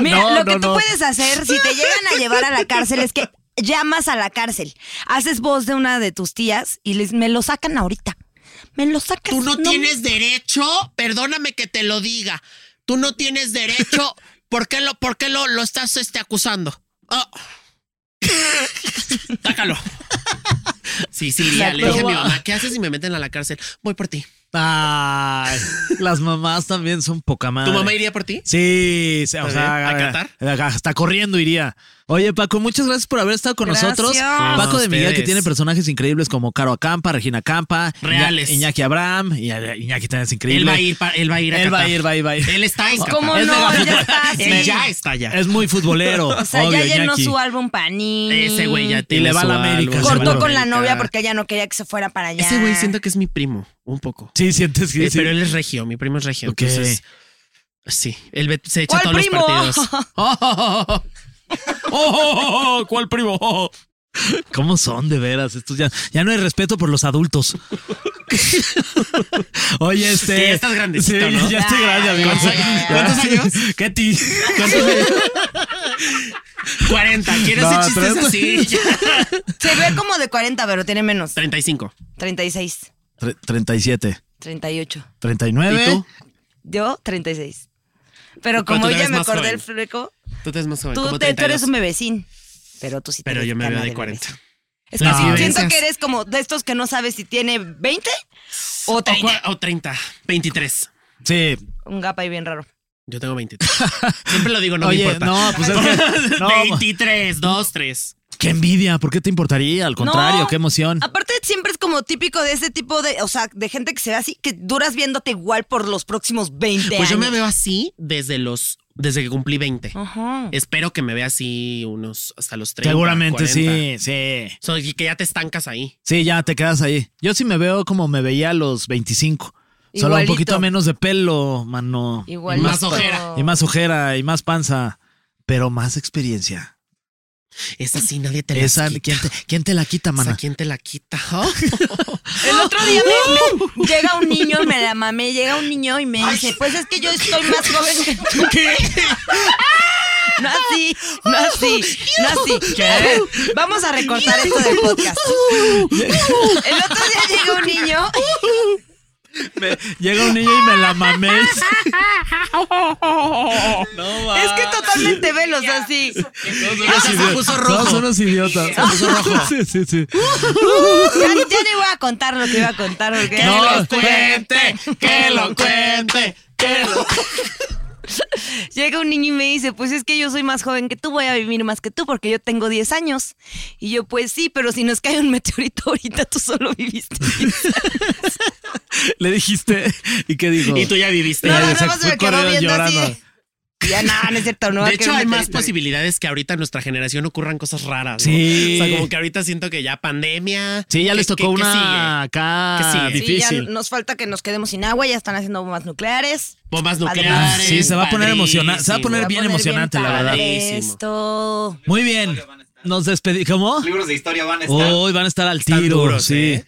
Speaker 2: Mira,
Speaker 3: No,
Speaker 2: lo que
Speaker 3: no,
Speaker 2: tú
Speaker 3: no.
Speaker 2: puedes hacer si te llegan a llevar a la cárcel es que llamas a la cárcel, haces voz de una de tus tías y les, me lo sacan ahorita. Me lo sacan.
Speaker 4: Tú no, tienes derecho, perdóname que te lo diga. Tú no tienes derecho. ¿Por qué lo, por qué lo, lo estás este, acusando? Ah. Sácalo. Sí, sí, ya le dije a mi mamá, ¿qué haces si me meten a la cárcel? Voy por ti.
Speaker 3: Ay, las mamás también son poca madre.
Speaker 4: ¿Tu mamá iría por ti?
Speaker 3: Sí, se- o
Speaker 4: ¿A
Speaker 3: sea,
Speaker 4: ver? ¿A Qatar?
Speaker 3: a- Hasta corriendo iría. Oye, Paco, muchas gracias por haber estado con
Speaker 2: Gracias.
Speaker 3: nosotros.
Speaker 2: Ah,
Speaker 3: Paco de
Speaker 4: ustedes.
Speaker 3: Miguel, que tiene personajes increíbles como Caro Acampa, Regina Acampa, Iña-
Speaker 4: Reales.
Speaker 3: Iñaki Abraham, y a- Iñaki también es increíble.
Speaker 4: Él va a ir, pa- él va a ir a
Speaker 3: Él va a
Speaker 4: Qatar.
Speaker 3: ir, va a ir, va a ir.
Speaker 4: Él está en Qatar.
Speaker 2: ¿Cómo
Speaker 3: Es
Speaker 2: no?
Speaker 3: mega
Speaker 2: Ya está.
Speaker 4: Él
Speaker 2: sí.
Speaker 4: ya está ya.
Speaker 3: Es muy futbolero.
Speaker 2: O sea,
Speaker 3: obvio,
Speaker 2: ya llenó
Speaker 3: Iñaki.
Speaker 2: su álbum Panini.
Speaker 4: Ese güey ya
Speaker 3: Y
Speaker 4: tiene
Speaker 3: le va
Speaker 4: su
Speaker 3: a la
Speaker 4: álbum,
Speaker 3: América,
Speaker 4: se va a
Speaker 3: seguro.
Speaker 2: Cortó con la
Speaker 4: América.
Speaker 2: novia porque ella no quería que se fuera para allá.
Speaker 4: Ese güey siento que es mi primo, un poco.
Speaker 3: Sí, sientes que
Speaker 4: Eh,
Speaker 3: sí.
Speaker 4: Pero él es regio, mi primo es regio.
Speaker 3: Ok.
Speaker 4: Entonces, sí, él ve- se echa
Speaker 2: ¿Cuál
Speaker 4: todos
Speaker 2: primo?
Speaker 4: los partidos.
Speaker 3: Oh, oh, oh, oh. Oh, oh, oh, ¿Cuál primo? Oh, oh. ¿Cómo son de veras? Estos ya, ya no hay respeto por los adultos. Oye, este.
Speaker 4: Sí, ya estás grandecito, ¿no?
Speaker 3: Ya estoy grande, amigo.
Speaker 2: Ay, ay, ay.
Speaker 3: ¿Cuántos años? Katy. ¿Cuántos años?
Speaker 4: 40, ¿quieres
Speaker 3: No,
Speaker 4: hacer chistes
Speaker 3: treinta.
Speaker 4: así?
Speaker 2: Se ve como de 40, pero tiene menos.
Speaker 4: 35.
Speaker 2: 36,
Speaker 3: Tre- 37,
Speaker 2: 38.
Speaker 3: 39.
Speaker 4: ¿Y tú?
Speaker 2: Yo, 36. Pero
Speaker 4: Pero tú
Speaker 2: como
Speaker 4: te
Speaker 2: ya
Speaker 4: ves
Speaker 2: me
Speaker 4: más
Speaker 2: acordé
Speaker 4: joven.
Speaker 2: el fleco,
Speaker 4: Tú te ves más joven,
Speaker 2: tú,
Speaker 4: como
Speaker 2: te- tú
Speaker 4: 32.
Speaker 2: eres un bebecín. Pero tú sí te
Speaker 4: Pero
Speaker 2: ves
Speaker 4: yo me
Speaker 2: cana
Speaker 4: veo de
Speaker 2: bebé.
Speaker 4: 40.
Speaker 2: Es que
Speaker 3: Las
Speaker 2: sí, siento
Speaker 4: vivencias.
Speaker 2: que eres como de estos que no sabes si tiene 20 o
Speaker 4: O,
Speaker 2: 30.
Speaker 4: cua- o 30, 23.
Speaker 3: Sí.
Speaker 2: Un gap ahí bien raro.
Speaker 4: Yo tengo 23. Siempre lo digo, no me
Speaker 3: Oye,
Speaker 4: importa.
Speaker 3: no, pues es que. No,
Speaker 4: 23, 2, 3.
Speaker 3: qué envidia. ¿Por qué te importaría? Al contrario,
Speaker 2: No.
Speaker 3: qué emoción.
Speaker 2: Aparte, siempre es como típico de ese tipo de, o sea, de gente que se ve así, que duras viéndote igual por los próximos 20 años.
Speaker 4: Pues yo me veo así desde los desde que cumplí 20.
Speaker 2: Ajá.
Speaker 4: Espero que me vea así unos hasta los 30.
Speaker 3: Seguramente
Speaker 4: 40.
Speaker 3: sí, sí.
Speaker 4: O sea, y que ya te estancas ahí.
Speaker 3: Sí, ya te quedas ahí. Yo sí me veo como me veía a los 25. Solo un
Speaker 2: Igualito.
Speaker 3: poquito menos de pelo, mano.
Speaker 2: Igual.
Speaker 4: Más ojera.
Speaker 3: Y más ojera y más panza, pero más experiencia.
Speaker 4: Esa sí nadie te la
Speaker 3: Esa,
Speaker 4: quita.
Speaker 3: ¿quién, te, quién te la quita,
Speaker 4: Esa,
Speaker 3: mana?
Speaker 4: ¿quién te la quita?
Speaker 2: El otro día me,
Speaker 3: ¡Oh!
Speaker 2: me- llega un niño, me la mamé, llega un niño y me dice, pues es que yo estoy más joven que tú.
Speaker 4: ¿Qué?
Speaker 2: No así, no así, no así. A ver, Vamos a recortar esto del podcast. El otro día llega un niño
Speaker 3: Llega un niño y me la mamé.
Speaker 2: Es que totalmente velos así.
Speaker 4: se puso
Speaker 3: Todos
Speaker 4: rojo.
Speaker 3: son unos idiotas. Sí, sí, sí.
Speaker 2: Ya, ya ni voy a contar lo que iba a contar. Porque
Speaker 3: No.
Speaker 4: cuente, que lo cuente. que lo-
Speaker 2: Llega un niño y me dice, pues es que yo soy más joven que tú, voy a vivir más que tú porque yo tengo 10 años. Y yo, pues sí, pero si nos cae un meteorito ahorita, tú solo viviste.
Speaker 3: Le dijiste. ¿Y qué dijo?
Speaker 4: Y tú ya viviste.
Speaker 2: No,
Speaker 3: Ya
Speaker 2: no,
Speaker 3: se
Speaker 2: nada más
Speaker 3: fue
Speaker 2: me quedó
Speaker 3: corriendo
Speaker 2: viendo así.
Speaker 3: llorando.
Speaker 2: Ya nada, no es cierto. No va a
Speaker 4: de
Speaker 2: caer
Speaker 4: hecho,
Speaker 2: un
Speaker 4: hay más
Speaker 2: meteorito.
Speaker 4: posibilidades que ahorita en nuestra generación ocurran cosas raras. ¿no?
Speaker 3: Sí.
Speaker 4: O sea, como que ahorita siento que ya pandemia.
Speaker 3: Sí, ya
Speaker 4: ¿qué-
Speaker 3: les
Speaker 4: qué-
Speaker 3: tocó
Speaker 4: qué
Speaker 3: una
Speaker 4: sigue?
Speaker 3: acá
Speaker 4: ¿Qué sigue?
Speaker 2: Sí, ya
Speaker 3: difícil.
Speaker 2: nos falta que nos quedemos sin agua, ya están haciendo bombas nucleares.
Speaker 4: Bombas
Speaker 2: Además-
Speaker 3: Ah,
Speaker 4: nucleares.
Speaker 3: sí, se va a poner emocionante. Se va a poner
Speaker 4: padrísimo.
Speaker 2: Va a
Speaker 3: bien
Speaker 2: poner
Speaker 3: emocionante, la verdad.
Speaker 2: padre
Speaker 4: Padrísimo.
Speaker 2: Esto.
Speaker 3: Muy bien. Nos despedimos. ¿Cómo?
Speaker 7: libros de historia van a estar.
Speaker 3: Hoy van a estar al
Speaker 4: Están
Speaker 3: tiro,
Speaker 4: duros,
Speaker 3: sí.
Speaker 4: ¿eh?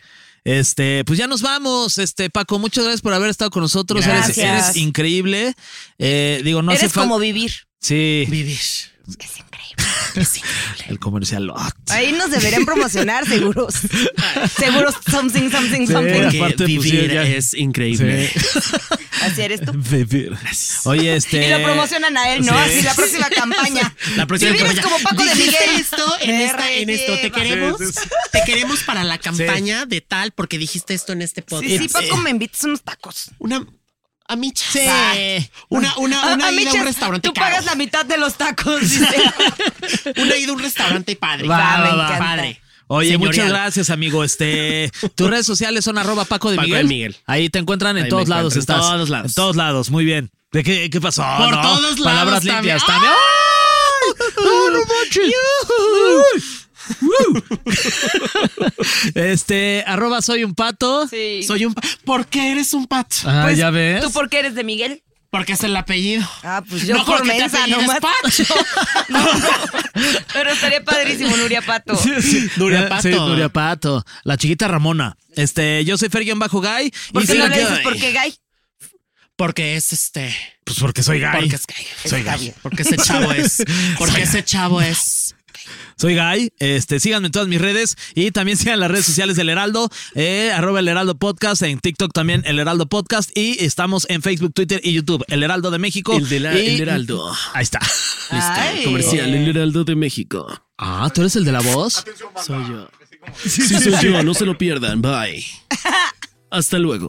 Speaker 3: Este, pues ya nos vamos, este Paco, muchas gracias por haber estado con nosotros. Eres,
Speaker 2: Gracias.
Speaker 3: eres increíble. Eh, digo, no hace
Speaker 2: Eres
Speaker 3: falta.
Speaker 2: como vivir.
Speaker 3: Sí.
Speaker 4: Vivir.
Speaker 2: Es increíble.
Speaker 4: Es increíble.
Speaker 3: El comercial. ¡ah!
Speaker 2: Ahí nos deberían promocionar, seguros. seguros, something, something,
Speaker 3: Sí.
Speaker 2: something.
Speaker 4: Porque
Speaker 3: aparte, pues,
Speaker 4: vivir
Speaker 3: sí, ya.
Speaker 4: es increíble.
Speaker 2: Así eres tú.
Speaker 3: Vivir. Oye, este.
Speaker 2: Y lo promocionan a él, ¿no?
Speaker 3: Sí.
Speaker 2: Así la próxima campaña.
Speaker 4: La próxima
Speaker 2: Vivir es
Speaker 4: campaña.
Speaker 2: como Paco de
Speaker 4: Dijiste
Speaker 2: Miguel.
Speaker 4: esto en,
Speaker 2: Me
Speaker 4: esta, en esto. Te
Speaker 2: relleva.
Speaker 4: queremos. Te queremos para la campaña de tal, porque dijiste esto en este podcast.
Speaker 2: Sí, sí, Paco, me invitas unos tacos.
Speaker 4: Una. A mi Sí.
Speaker 2: Sí.
Speaker 4: Una, una,
Speaker 2: Ah,
Speaker 4: una ida a
Speaker 2: Michas,
Speaker 4: un restaurante
Speaker 2: Tú
Speaker 4: caro.
Speaker 2: pagas la mitad de los tacos. dice.
Speaker 4: Una ida a un restaurante padre.
Speaker 3: Va,
Speaker 2: Ah, me
Speaker 3: va, va.
Speaker 2: encanta.
Speaker 4: Padre.
Speaker 3: Oye,
Speaker 4: Señorial.
Speaker 3: muchas gracias, amigo. Este, tus redes sociales son arroba Paco de
Speaker 4: Paco de
Speaker 3: Miguel.
Speaker 4: Miguel.
Speaker 3: Ahí te encuentran en
Speaker 4: Ahí me
Speaker 3: todos lados.
Speaker 4: encuentro, en
Speaker 3: estás.
Speaker 4: todos lados.
Speaker 3: En todos lados, muy bien. ¿De qué, qué pasó?
Speaker 4: Por
Speaker 3: No,
Speaker 4: todos lados
Speaker 3: Palabras
Speaker 4: también.
Speaker 3: limpias también. Este, arroba soy un pato.
Speaker 2: Sí.
Speaker 4: Soy un. pa- ¿Por qué eres un pato?
Speaker 3: Ah,
Speaker 2: Pues,
Speaker 3: ya ves.
Speaker 2: ¿Tú por qué eres de Miguel?
Speaker 4: Porque es el apellido.
Speaker 2: Ah, pues yo
Speaker 4: no
Speaker 2: por
Speaker 4: porque te
Speaker 2: mensa,
Speaker 4: apellides
Speaker 2: nomás.
Speaker 4: Pato.
Speaker 2: Pero estaría padrísimo, Nuria Pato.
Speaker 4: Nuria
Speaker 3: Eh,
Speaker 4: Pato.
Speaker 3: Sí, Nuria Pato. La chiquita Ramona. Este, yo soy Fergie en Bajo Guy.
Speaker 2: ¿Por
Speaker 3: Y
Speaker 2: qué
Speaker 3: sí,
Speaker 2: no
Speaker 4: lo
Speaker 2: le
Speaker 4: que-
Speaker 2: dices por qué gay?
Speaker 4: Porque es este.
Speaker 3: pues porque soy gay.
Speaker 4: Porque es gay.
Speaker 3: Soy
Speaker 2: Está
Speaker 3: gay.
Speaker 2: bien.
Speaker 4: Porque ese chavo es. Porque ese chavo es.
Speaker 3: Soy Guy, este, síganme en todas mis redes y también sigan las redes sociales del Heraldo, eh, arroba el Heraldo Podcast, en TikTok también el Heraldo Podcast y estamos en Facebook, Twitter y YouTube, el Heraldo de México.
Speaker 4: El de la-
Speaker 3: y-
Speaker 4: el Heraldo.
Speaker 3: Ahí está.
Speaker 2: Este, Ay.
Speaker 4: El Heraldo de México.
Speaker 3: Ah, ¿tú eres el de la voz?
Speaker 4: Soy yo. Sí, soy yo. No se lo pierdan. Bye. Hasta luego.